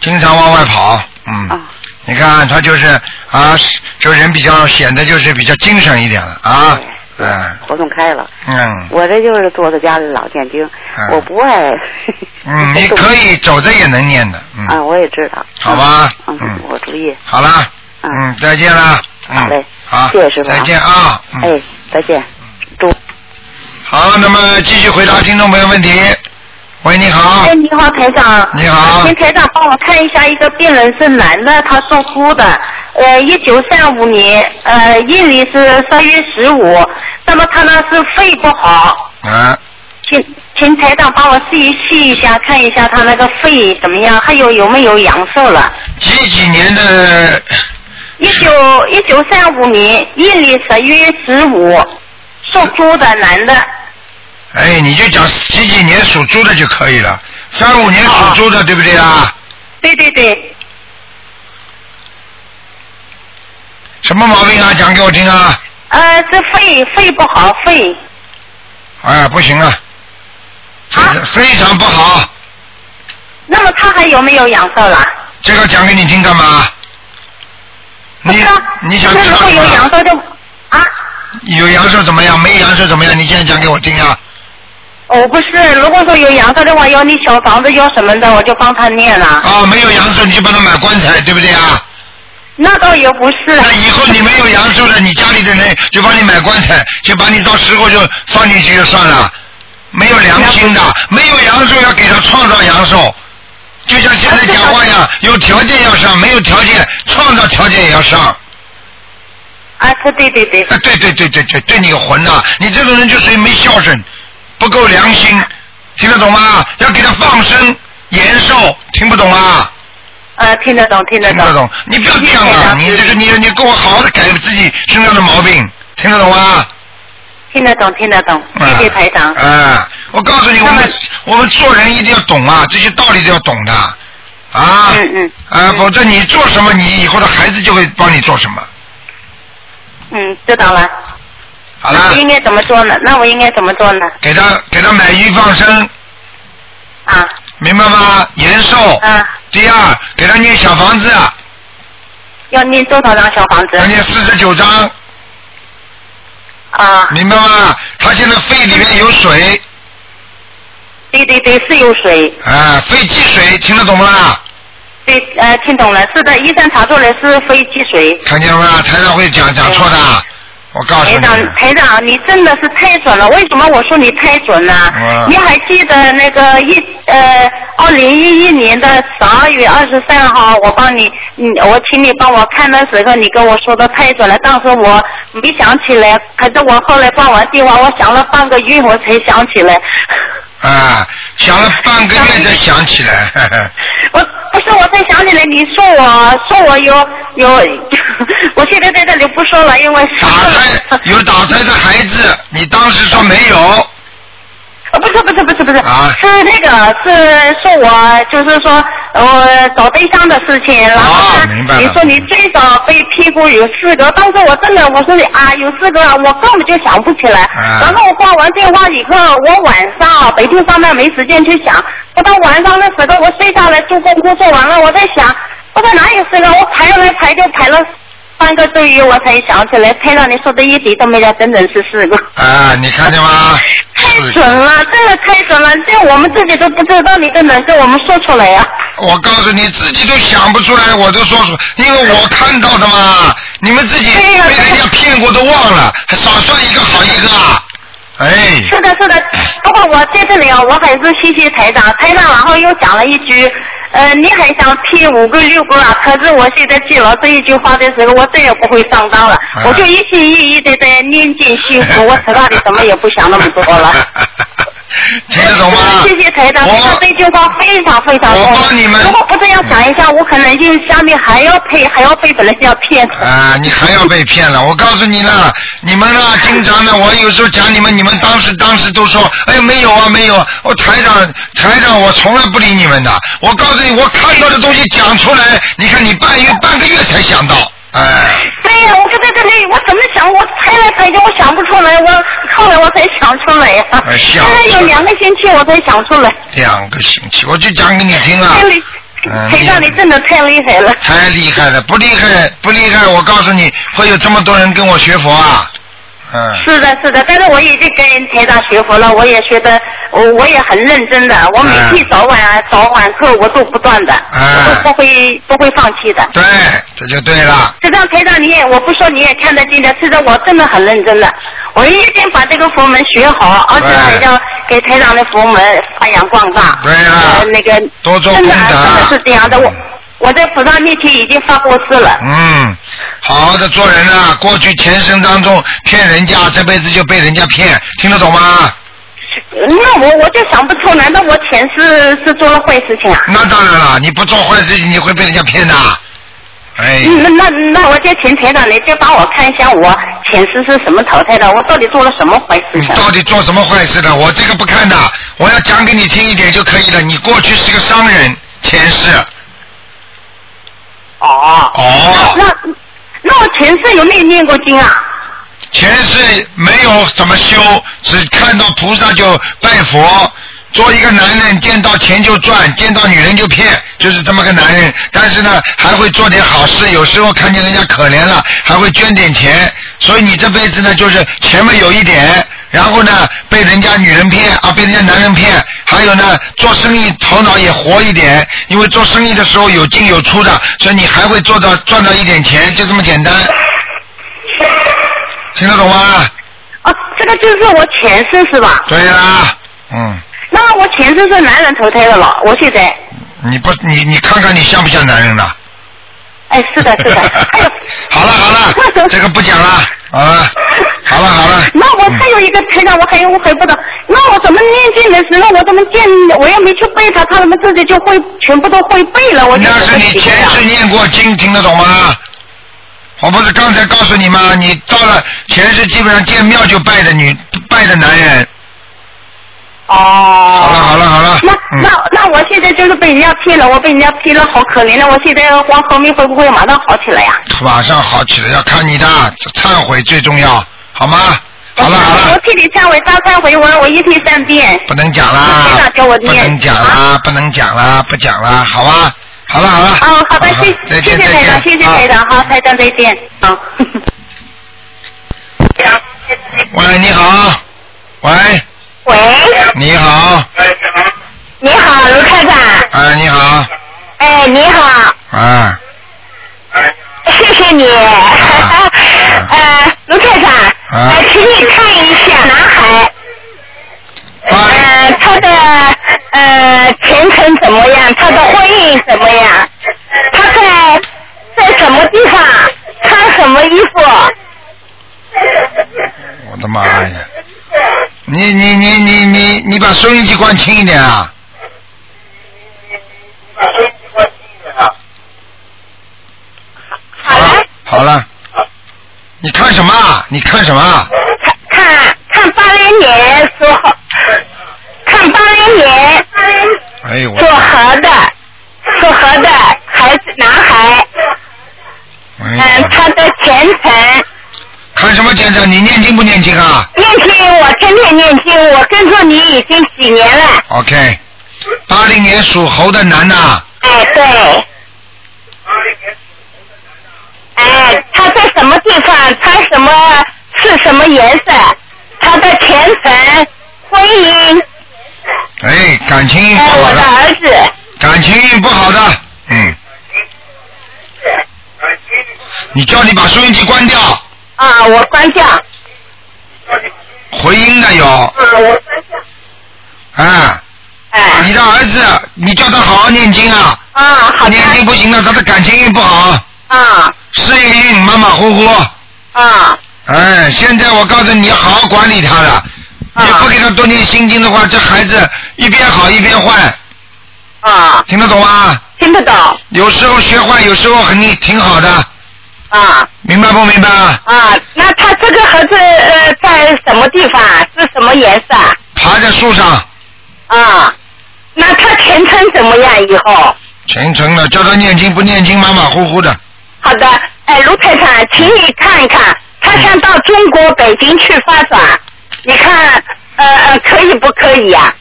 A: 经常往外跑，嗯，
G: 啊，
A: 你看他就是啊，是就人比较显得就是比较精神一点了啊，嗯
G: 活动开了。
A: 嗯
G: 我这就是坐在家里老念经，
A: 嗯
G: 我不爱。
A: 嗯，你可以走着也能念的，
G: 啊，
A: 嗯，
G: 我也知道。
A: 好吧
G: 嗯，
A: 嗯
G: 我注意。啊
A: 好啦，嗯，再见啦，
G: 好嘞
A: 嗯，好
G: 谢谢师，傅啊
A: 再见啊，嗯
G: 哎，再见，祝。
A: 好，那么继续回答听众朋友问题。喂，你好
C: 哎，，你好，台长。
A: 啊
C: 呃
A: 你好
C: 请台长帮我看一下，一个病人是男的，他属猪的，呃，一九三五年，呃，阴历是三月十五。那么他呢是肺不好，
A: 啊，
C: 请请台长帮我试一试一下，看一下他那个肺怎么样，还有有没有阳寿了。
A: 几几年的
C: 一九一九三五年阴历十月十五，属猪的男的。
A: 哎，你就讲几几年属猪的就可以了。三五年属猪的，对不对啊？
C: 对对对，
A: 什么毛病啊？讲给我听啊！
C: 呃，这肺肺不好，肺
A: 哎，不行啊，非常非常不好。
C: 那么他还有没有阳寿了？
A: 这个讲给你听干嘛？
C: 不
A: 你
C: 是啊
A: 你想
C: 那
A: 知
C: 如
A: 道
C: 果
A: 什
C: 有阳
A: 么？
C: 寿就啊？
A: 有阳寿怎么样？没阳寿怎么样？你现在讲给我听啊！
C: 哦，不是，如果说有阳寿的话，有你小房子有什么的，我就帮他念了。
A: 啊，没有阳寿你就帮他买棺材，对不对啊？
C: 那倒也不是，
A: 那以后你没有阳寿了，你家里的人就帮你买棺材，就把你到时候就放进去就算了，没有良心的，没有阳寿要给他创造阳寿，就像现在讲话一样，有条件要上，没有条件创造条件也要上。哎
C: 啊，是对对对，
A: 啊，对对对对对，对你有魂呐、你这种人就属于没孝顺，不够良心，听得懂吗？要给他放生延寿，听不懂啊？
C: 呃，听得懂，听得
A: 听得懂？你不要这样啊！你这个你你给我好好的改自己身上的毛病，听得懂吗？
C: 听得懂，听得懂，谢谢台长。
A: 啊，我告诉你，我们我们做人一定要懂啊，这些道理都要懂的啊。嗯嗯。啊，否则你做什么，你以后的孩子就会帮你做什么。
C: 嗯，知道了。
A: 好了。
C: 应该怎么做呢？那我应该怎么做呢？
A: 给他给他买鱼放生。
C: 啊。
A: 明白吗？延寿。
C: 啊。
A: 第二，给他念小房子，
C: 要念多少张小房子？
A: 要念四十九章，
C: 啊，
A: 明白吗？他现在肺里面有水，
C: 对对对，是有水。
A: 啊，肺积水，听得懂不啦？
C: 对，呃，听懂了。是的，医生查出来是肺积水。
A: 看见了吗？台上会讲讲错的，我告诉
C: 嗯台
A: 你。
C: 长，台长，你真的是太准了！为什么我说你太准呢？
A: 嗯
C: 你还记得那个一呃，二零一一年的十二月二十三号，我帮你，你我请你帮我看的时候，你跟我说的太准了。当时我没想起来，可是我后来挂完电话，我想了半个月，我才想起来。
A: 啊，想了半个月才想起来。 呵呵
C: 我不是，我才想起来，你说我说我有有， 我现在在这里不说了，因为打
A: 胎有打胎的孩子，你当时说没有。
C: 呃，不是不是不是不是，
A: 啊
C: 是那个是说我就是说呃找对象的事情，然后
A: 啊
C: 呢，
A: 明白了
C: 你说你最少被批过有四个，当时我真的我说啊有四个，我根本就想不起来。
A: 啊
C: 然后我挂完电话以后，我晚上白天上班没时间去想，我到晚上的时候我睡下来做功课做完了，我在想我在哪有四个，我排来排就排了。半个多月我才想起来，台长你说的一点都没有，整整是四个。
A: 啊，你看见吗？
C: 太准了，真的太准了，这我们自己都不知道，你都能跟我们说出来呀、啊
A: 我告诉你，自己都想不出来，我都说出，因为我看到的嘛。你们自己被人家骗过都忘了，还少算一个好一个啊！哎，
C: 是的，是的。不过我在这里啊，我还是谢谢台长，台长然后又讲了一句，呃，你还想骗五个六个啊？可是我现在记了这一句话的时候，我再也不会上当了，
A: 啊
C: 我就一心一意的在念经幸 福，哎我其他的什么也不想那么多了。
A: 听得懂吗？
C: 谢谢台长，台长这句话非常非常
A: 我
C: 好。
A: 帮你们
C: 如果不这样想一下，我可能就下面还要配，还要被本来是要骗的。
A: 啊，你还要被骗了！我告诉你了，你们啊，经常呢，我有时候讲你们，你们当时当时都说，哎呀，没有啊，没有啊，我台长台长，我从来不理你们的。我告诉你，我看到的东西讲出来，你看你半月半个月才想到，哎，
C: 对呀、我就在这里，我怎么想，我猜来猜去，我想不出来，我后来我才想出来呀、
A: 哎 想
C: 现在有两个星期我才想出来。
A: 两个星期，我就讲给你听啊。
C: 这里，
A: 嗯
C: 陪长你真的太厉害了。
A: 太厉害了，不厉害不厉害，我告诉你，会有这么多人跟我学佛啊，嗯。
C: 是的，是的，但是我已经跟台长学佛了，我也学的，我我也很认真的，我每
A: 哎
C: 天早晚、啊、早晚课我都不断的，
A: 啊
C: 我都不会不会放弃的。
A: 对，这就对了。
C: 实际上，台长你也我不说你也看得见的，实际上我真的很认真的，我一定把这个佛门学好，而且还要给台长的佛门发扬光
A: 哎
C: 大。
A: 对了
C: 呃那个
A: 多做功
C: 真
A: 德啊
C: 的真的是这样的，我我在菩萨面前已经发过誓了。
A: 嗯，好好的做人啊！过去前生当中骗人家，这辈子就被人家骗，听得懂吗？嗯
C: 那我我就想不通，难道我前世是做了坏事情啊？
A: 那当然了，你不做坏事情，你会被人家骗的。哎，
C: 嗯那那那我就请台长你再帮我看一下我前世是什么淘汰的，我到底做了什么坏事
A: 你
C: 情？啊
A: 到底做什么坏事的？我这个不看的，我要讲给你听一点就可以了。你过去是个商人，前世。
C: 哦，
A: 哦，
C: 那那我前世有没有念过经啊？
A: 前世没有怎么修，只看到菩萨就拜佛。做一个男人，见到钱就赚，见到女人就骗，就是这么个男人。但是呢，还会做点好事，有时候看见人家可怜了，还会捐点钱。所以你这辈子呢，就是前面有一点，然后呢被人家女人骗啊，被人家男人骗，还有呢做生意头脑也活一点，因为做生意的时候有进有出的，所以你还会做到赚到一点钱，就这么简单。听得懂吗？
C: 哦，这个就是我前世是吧？
A: 对啦，嗯，
C: 那我前世是男人投胎的了，我现在，
A: 你不你你看看你像不像男 人了？
C: 哎，是 的，是的，哎呦，
A: 啊好了好了，这个不讲了，好了，好了好了，
C: 那我
H: 还还有一个台长，我还我还不懂，那我怎么念经的时候，我怎么念，我又没去背它，它怎么自己就会全部都会背了？我就
A: 那是你前世念过经，听得懂吗？我不是刚才告诉你吗？你到了前世，基本上见庙就拜的女拜的男人。
H: 哦。
A: 好了好了好了。嗯
H: 那那那我现在就是被人家骗了，我被人家骗了，好可怜的。我现在黄河命会不会马上好起来呀、
A: 马上好起来要看你的，忏悔最重要，好吗？好了好了，
H: 我替你忏悔，大忏悔文，我一天三遍。
A: 不能讲啦
H: 台长给我，
A: 不
H: 念。
A: 能讲啦，不能讲啦，不讲啦，好吧？好了好了。
H: 哦，好的，谢
A: 再
H: 谢
A: 见啊
H: 谢台长，谢谢台长，好，台长再见。好。
A: 喂，你好，喂，
C: 喂，
A: 你好，
C: 你好，卢科长。
A: 哎，你好，
C: 哎，你好，
A: 啊，
C: 谢谢你。 呃，卢科长，
A: 啊
C: 呃，请你看一下男孩，呃，他的呃前程怎么样？他的婚姻怎么样？他在在什么地方？穿什么衣服？
A: 我的妈呀！你你你你你你把收音机关轻一点啊！好了，你看什么啊？你看什么啊？
C: 看看八零年属猴，看八零年
A: 哎呦我
C: 属，猴的，属猴的孩子男孩，
A: 哎
C: 嗯
A: 呦，
C: 他的前程。
A: 看什么先生？你念经不念经啊
C: 念经，我天天念经，我跟着你已经几年了。
A: ？OK，八零年属猴的男的啊，
C: 哎，对。哎，他在什么地方？穿什么？是什么颜色？他的前程、婚姻，
A: 哎，感情运不
C: 哎，
A: 好
C: 我的
A: 的，
C: 儿子，
A: 感情运不好的，嗯。你叫你把收音机关掉，
C: 啊，我关掉。
A: 回音的有，
C: 啊，我
A: 啊。你的儿子，你叫他好好念经啊！
C: 哎啊，好的
A: 念经不行了，他的感情运不好，
C: 啊
A: 事业运马马虎虎。
C: 啊
A: 哎，现在我告诉你，好好管理他了。你
C: 啊
A: 不给他多念心经的话，这孩子一边好一边坏，
C: 啊，
A: 听得懂吗？
C: 听得懂
A: 有时候学坏，有时候很挺好的，
C: 啊
A: 明白不明白啊？
C: 啊。那他这个盒子呃在什么地方？啊是什么颜色？啊？
A: 爬在树上，
C: 啊，那他前程怎么样？以后
A: 虔诚的叫他念经，不念经马马虎虎的。
C: 好的，哎，卢台长，请你看一看，他想到中国北京去发展，你看，呃呃，可以不可以啊呀、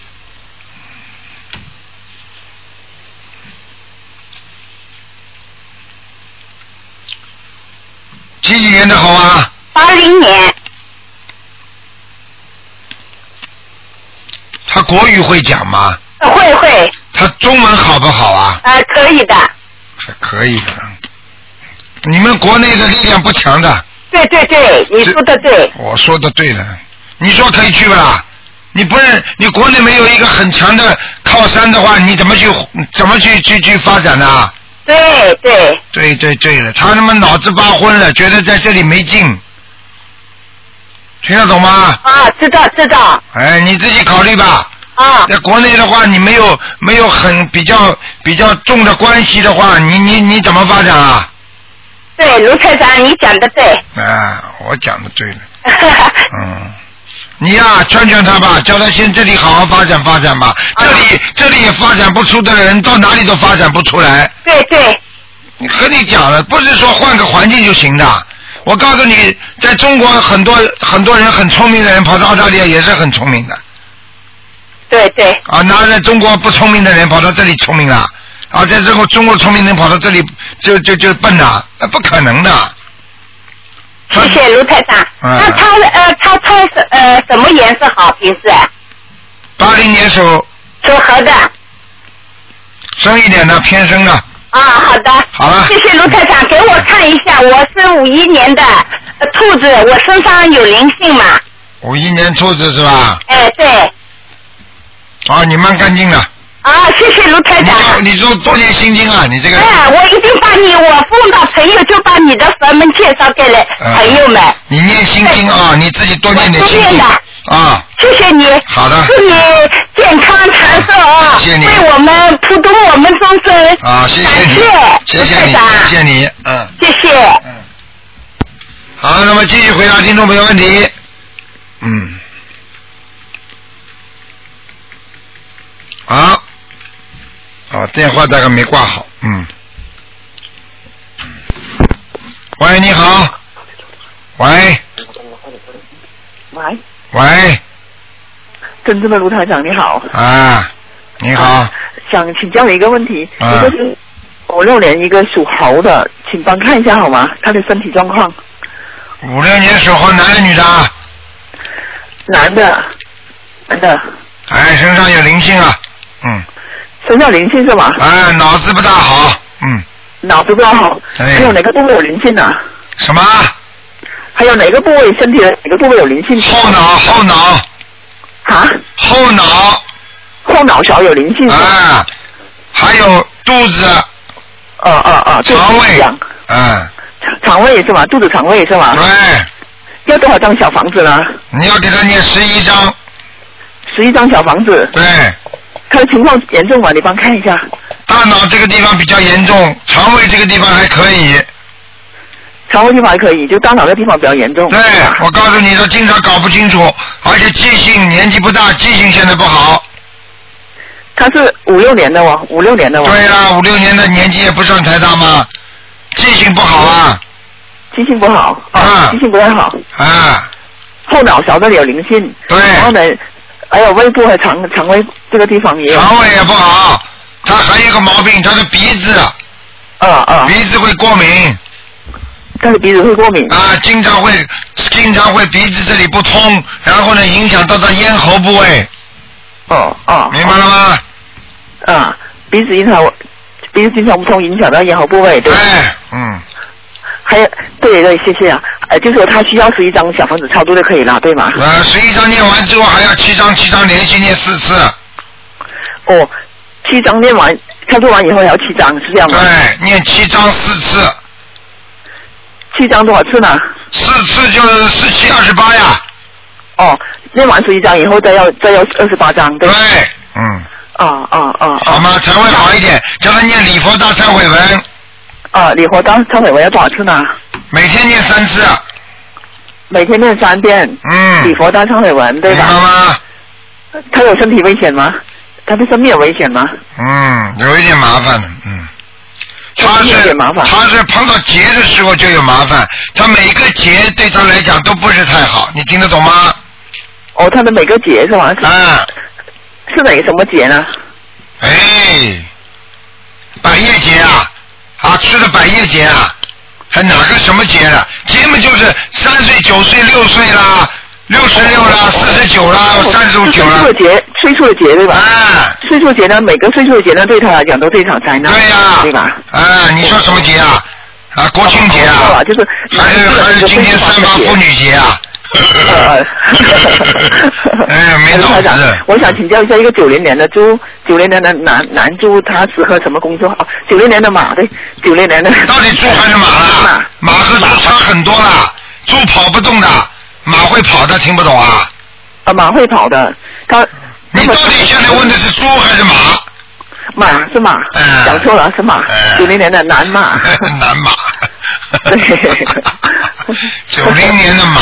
A: 几几年的好啊？
C: 八零年，
A: 他国语会讲吗？
C: 呃会会，
A: 他中文好不好啊？
C: 呃，可以的，
A: 还可以的。你们国内的力量不强的，
C: 对对对，你说的对，
A: 我说的对了。你说可以去吧？你不是你国内没有一个很强的靠山的话，你怎么去怎么去去去发展呢、
C: 对对，
A: 对对对了，他他妈脑子发昏了，觉得在这里没劲，听得懂吗？
C: 啊，知道知道，
A: 哎，你自己考虑吧。
C: 啊
A: 在国内的话，你没有没有很比较比较重的关系的话，你你你怎么发展啊？
C: 对，卢台长，你讲的对，
A: 啊，我讲的对了。嗯，你呀、劝劝他吧，叫他先这里好好发展发展吧。这
C: 啊
A: 里这里也发展不出的人，到哪里都发展不出来。
C: 对对，
A: 你和你讲了，不是说换个环境就行的。我告诉你，在中国很多很多人很聪明的人跑到澳大利亚也是很聪明的
C: 对对，
A: 啊，那在中国不聪明的人跑到这里聪明了啊，在这个中国聪明人跑到这里就就就笨了，那不可能的。
C: 谢谢卢台长。
A: 嗯
C: 那他呃，他穿什呃什么颜色好？平时
A: 八零年手
C: 属猴的。
A: 深一点的偏深的，
C: 啊，好的。
A: 好了
C: 谢谢卢台长，给我看一下，我是五一年的呃兔子，我身上有灵性嘛？
A: 五一年兔子是吧？
C: 哎，对，
A: 啊，你蛮干净的，
I: 啊，谢谢卢
C: 哎
I: 台长。
A: 你多多念心经啊，你这个。
I: 哎，我一定把你，我碰到朋友就把你的佛门介绍给了
A: 嗯
I: 朋友们。
A: 你念心经啊，你自己多念点心
I: 我多
A: 经
I: 念
A: 啊。
I: 谢谢你，
A: 好的。
I: 祝你健康长寿啊！
A: 谢谢你
I: 为我们普度我们众生。
A: 啊，谢谢你，谢谢你，谢谢你，嗯。
I: 谢谢。
A: 嗯。好，那么继续回答听众朋友问题。嗯。好。哦，电话大概没挂好，嗯。喂，你好。喂，
J: 喂，
A: 喂，
J: 真正的卢台长你好，
A: 啊，你好，
J: 想请教你一个问题，
A: 啊
J: 一个是五六年一个属猴的，请帮看一下好吗？他的身体状况，
A: 五六年属猴，男的女的啊？
J: 男的，男的，
A: 哎，身上有灵性啊，
J: 身上灵性是吗？
A: 哎，脑子不大好，嗯，
J: 脑子不大好，
A: 哎
J: 还有哪个部位有灵性呢、
A: 什么？
J: 还有哪个部位身体的哪个部位有灵性？
A: 后脑，后脑。
J: 啊？
A: 后脑。
J: 后脑勺有灵性。
A: 啊，还有肚子。
J: 哦哦哦，肚子
A: 肠
J: 一
A: 胃
J: 样，啊
A: 嗯，
J: 肠胃是吗？肚子肠胃是吗？
A: 啊对。
J: 要多少张小房子呢？
A: 你要给他念十一章。
J: 十一张小房子。
A: 对。
J: 他的情况严重吗？你帮看一下。
A: 大脑这个地方比较严重，肠胃这个地方还可以。
J: 肠胃地方还可以，就大脑的地方比较严重。
A: 对，我告诉你，他经常搞不清楚，而且记性年纪不大，记性现在不好。
J: 他是五六年的哦，五六年的哦。
A: 对啦，五六年的年纪也不算太大嘛，记性不好啊。
J: 记性不好。啊。记性不太好。
A: 啊。
J: 后脑勺这里有灵性。
A: 对。
J: 然后呢，还有胃部和肠肠胃这个地方也有。
A: 肠胃也不好，他还有一个毛病，他的鼻子。
J: 啊啊。
A: 鼻子会过敏。
J: 他的鼻子会过敏。
A: 啊，经常会，经常会鼻子这里不通，然后呢影响到他咽喉部位。
J: 哦哦。
A: 明白了吗？
J: 啊，鼻子经常鼻子经常不通，影响到咽喉部位，对吧？
A: 嗯。
J: 还有，对对，谢谢啊。呃，就说他需要十一张小房子超度就可以了，对吗？
A: 呃，十一章念完之后还要七章，七章连续念四次。
J: 哦，七张念完，操作完以后还要七张，是这样吗？
A: 对，念七章四次。
J: 七张多少次呢？
A: 四次就是四七二十八呀。
J: 哦，念完十一张以后再要再要二十八张，对。对，
A: 嗯。
J: 啊啊啊！
A: 好吗？才会好一点。叫他念礼佛大忏悔文，
J: 啊，礼佛当忏悔文要多少次呢？
A: 每天念三次。
J: 每天念三遍。
A: 嗯。
J: 礼佛当忏悔文，对吧？
A: 明白吗？
J: 他有身体危险吗？他的生命有危险吗？
A: 嗯，有一点麻烦的，嗯。他
J: 有一
A: 是
J: 点麻烦
A: 他是碰到劫的时候就有麻烦，他每个劫对他来讲都不是太好，你听得懂吗？
J: 哦，他的每个节是吧？
A: 啊。
J: 是哪什么节呢？
A: 哎，百叶结啊，啊，吃的百叶结啊，还哪个什么结了？结嘛就是三岁、九岁、六岁啦，六十六
J: 哦
A: 啦，四十九啦，啊三十九啦
J: 岁数。的节，岁数的节对吧？
A: 啊。
J: 岁数节呢，每个岁数的节呢，对他来讲都是一场灾难。对呀、对吧？哦
A: 啊，你说什么节啊？啊，国庆节啊，
J: 就是
A: 还是还是今天三八妇女节 啊？ 哎，没脑
J: 台长
A: 子，，
J: 我想请教一下，一个九零年的猪，九零年的男男猪，他适合什么工作？哦，九零年的马，对，九零年的。
A: 到底猪还是马啊啦？马和猪差很多啦，猪跑不动的，马会跑的，听不懂 啊？
J: 啊，马会跑的，他。
A: 你到底现在问的是猪还 是马？
J: 马是马，
A: 哎
J: 讲错了是马，九零年的男 马。
A: 男马。
J: 对。
A: 九零年的马，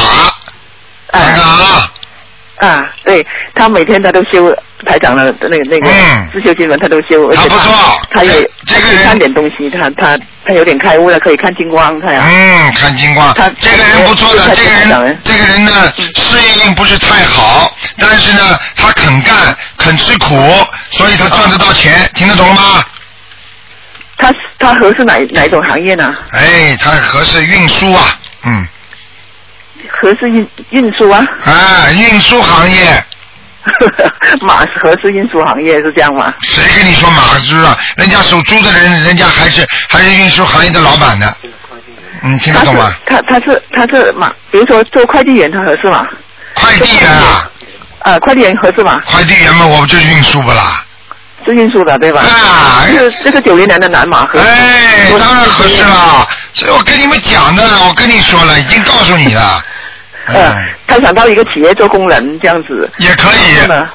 J: 看看
A: 啊。
J: 哎啊，对他每天他都修台长的那个那个
A: 嗯
J: 自修经文，他都修，而且他他也他可以看点东西，他他他有点开悟了，可以看金光，他呀。
A: 嗯，看金光。
J: 他
A: 这个人不错的，这个人这个人呢，事业运不是太好，但是呢，他肯干，肯吃苦，所以他赚得到钱，听得懂了吗？
J: 他他合适哪哪一种行业呢？
A: 哎，他合适运输啊，嗯，
J: 合适运运输啊。
A: 啊，运输行业。
J: 马是合适运输行业是这样吗？
A: 谁跟你说马猪啊？人家属猪的人，人家还是还是运输行业的老板呢，你听得懂吗？
J: 他他是他是马，比如说做快递员，他合适吗？
A: 快递员啊。
J: 啊，快递员合适吗？
A: 快递员嘛，我不就是运输不啦？
J: 是运输的对吧？啊，是这个九零年的男马和。
A: 哎，当然合适了。所以我跟你们讲的，我跟你说了，已经告诉你了。
J: 嗯，他想到一个企业做工人这样子。
A: 也哎可以。
J: 呢，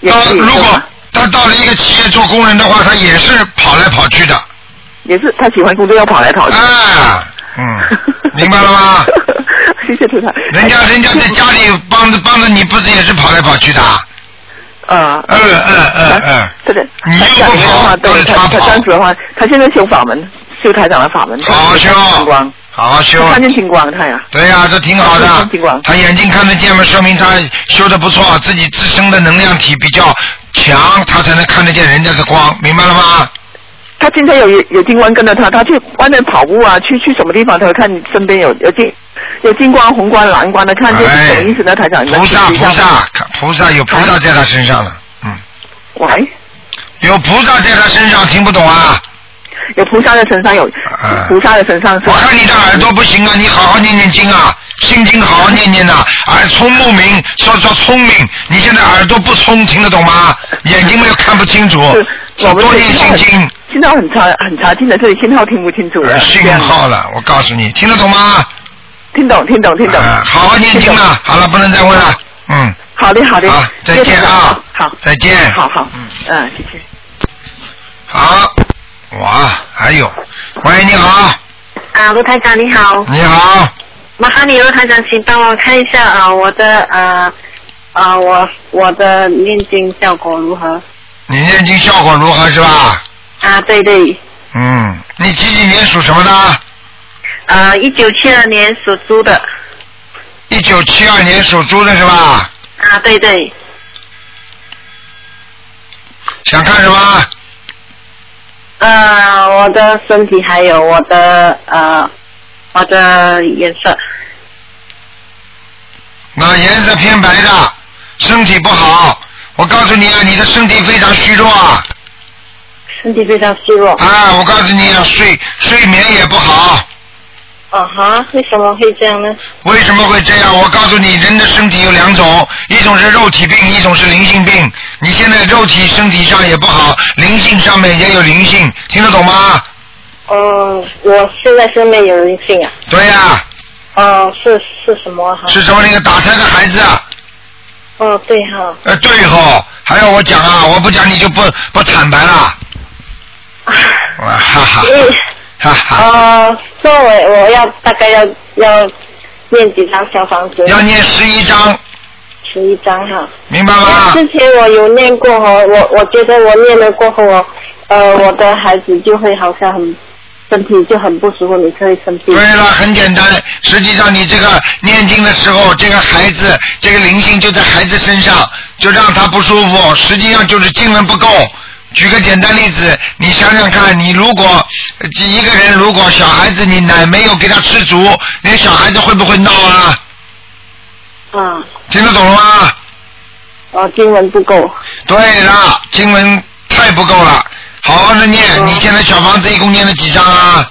J: 也
A: 到
J: 可以
A: 如
J: 是
A: 果
J: 吧
A: 他到了一个企业做工人的话，他也是跑来跑去的。
J: 也是他喜欢工作要跑来跑去。
A: 啊， 嗯，明白了吗？
J: 谢谢团长。
A: 人家人家在家里帮着帮着你，不是也是跑来跑去的啊？
J: 啊。
A: 嗯嗯嗯嗯。
J: 对的。你又不跑，对他他这样子的话，他现在修法门，修台长的法门。好好修。金光。
A: 好好修
J: 他看见金光，他呀。
A: 对呀、这挺好的。他眼睛看得见嘛，说明他修的不错，自己自身的能量体比较强，他才能看得见人家的光，明白了吗？
J: 他经常有有金光跟着他，他去外面跑步啊，去去什么地方，他会看身边有有金有金光、红光、蓝光的，看见是什么意思呢？台长，你们
A: 哎菩萨
J: 解释一
A: 菩
J: 下吧
A: 萨，看菩萨有菩萨在他身上了，嗯
J: 喂，
A: 有菩萨在他身上，听不懂啊？
J: 有菩萨在身上，有菩萨在身上。
A: 哎我看你的耳朵不行啊，你好好念念经啊，心经好好念念呐、耳聪目明，说说聪明，你现在耳朵不聪，听得懂吗？眼睛又看不清楚，
J: 我们
A: 多念心经。
J: 经。信号很差，很差劲的，这里信号听不清楚啊了。
A: 哎信号了，我告诉你，听得懂吗？
J: 听懂，听懂，听懂。
A: 哎好好念经了，好了，不能再问了。嗯，
J: 好的，好的。
A: 好，再见啊，
J: 好，
A: 再见。
J: 好好，嗯，谢谢。
A: 好，哇，还有，喂，你好，
K: 啊，卢台长你好。
A: 你好。
K: 麻烦你，卢哦台长，请帮我看一下啊，我的啊啊，我我的念经效果如何？
A: 你念经效果如何是吧？
K: 啊，对对，
A: 嗯，你几几年属什么的？
K: 啊，一九七二年属猪的。
A: 一九七二年属猪的是吧？
K: 啊，对对，
A: 想看什么？
K: 啊，我的身体还有我的呃，我的颜色
A: 那颜色偏白的，身体不好。我告诉你啊，你的身体非常虚弱啊。
K: 身体非常虚弱。
A: 啊，我告诉你啊，睡睡眠也不好。
K: 啊哈，为什么会这样呢？
A: 为什么会这样？我告诉你，人的身体有两种，一种是肉体病，一种是灵性病。你现在肉体身体上也不好，灵性上面也有灵性，听得懂吗？
K: 嗯，我现在身边有灵性啊。
A: 对呀、
K: 哦，是是什么哈？
A: 是什么那个打胎的孩子啊？
K: 哦，对哈。
A: 呃，对吼，还要我讲啊？我不讲你就不不坦白了。
C: 啊
A: 哇哈哈，
F: 嗯
A: 哈哈。
K: 哦，那我我要大概要要念几张小房子？
A: 要念十一张。
K: 十一张哈。
A: 明白
C: 啊
F: 嗯
K: 吗？之前我有念过哈，我我觉得我念了过后哦，呃，我的孩子就会好像很身体就很不舒服，你可以生病。
A: 对了，很简单。实际上，你这个念经的时候，这个孩子，这个灵性就在孩子身上，就让他不舒服。实际上就是经文不够。举个简单例子，你想想看，你如果呃一个人如果小孩子你奶没有给他吃足，那小孩子会不会闹啊？
K: 嗯，
A: 听得懂了吗？
K: 哦，经文不够。
A: 对了，经文太不够了，好好的念。你现在小房子一共念了几张啊？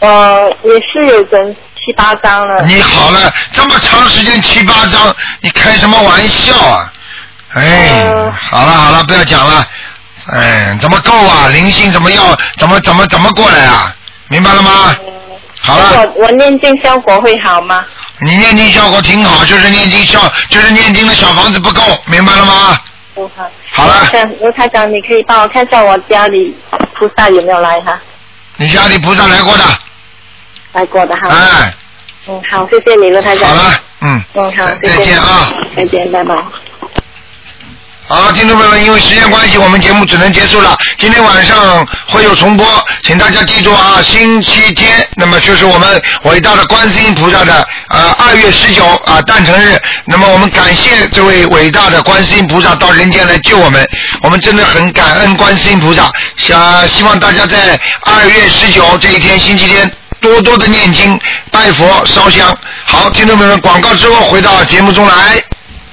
K: 呃，也是有整七八张了。
A: 你好了，这么长时间七八张，你开什么玩笑啊？哎，
K: 嗯
A: 好了好了，不要讲了。哎，怎么够啊？灵性怎么要？怎么怎么怎么过来啊？明白了吗？好了，
K: 我我念经效果会好吗？
A: 你念经效果挺好，就是念经效，就是念经的小房子不够，明白了吗？
K: 好了。卢台长，你可以帮我看一下我家里菩萨有没有来哈？
A: 你家里菩萨来过的，
K: 来过的哈。
A: 哎。
K: 嗯，好，谢谢你，卢台长。好了，
A: 嗯。
K: 嗯，好，谢谢。再见
A: 啊！
K: 再见，拜拜。
A: 好，听众朋友们，因为时间关系，我们节目只能结束了。今天晚上会有重播，请大家记住啊，星期天，那么就是我们伟大的观世音菩萨的呃二月十九啊诞辰日。那么我们感谢这位伟大的观世音菩萨到人间来救我们，我们真的很感恩观世音菩萨。想希望大家在二月十九这一天星期天多多的念经、拜佛、烧香。好，听众朋友们，广告之后回到节目中来。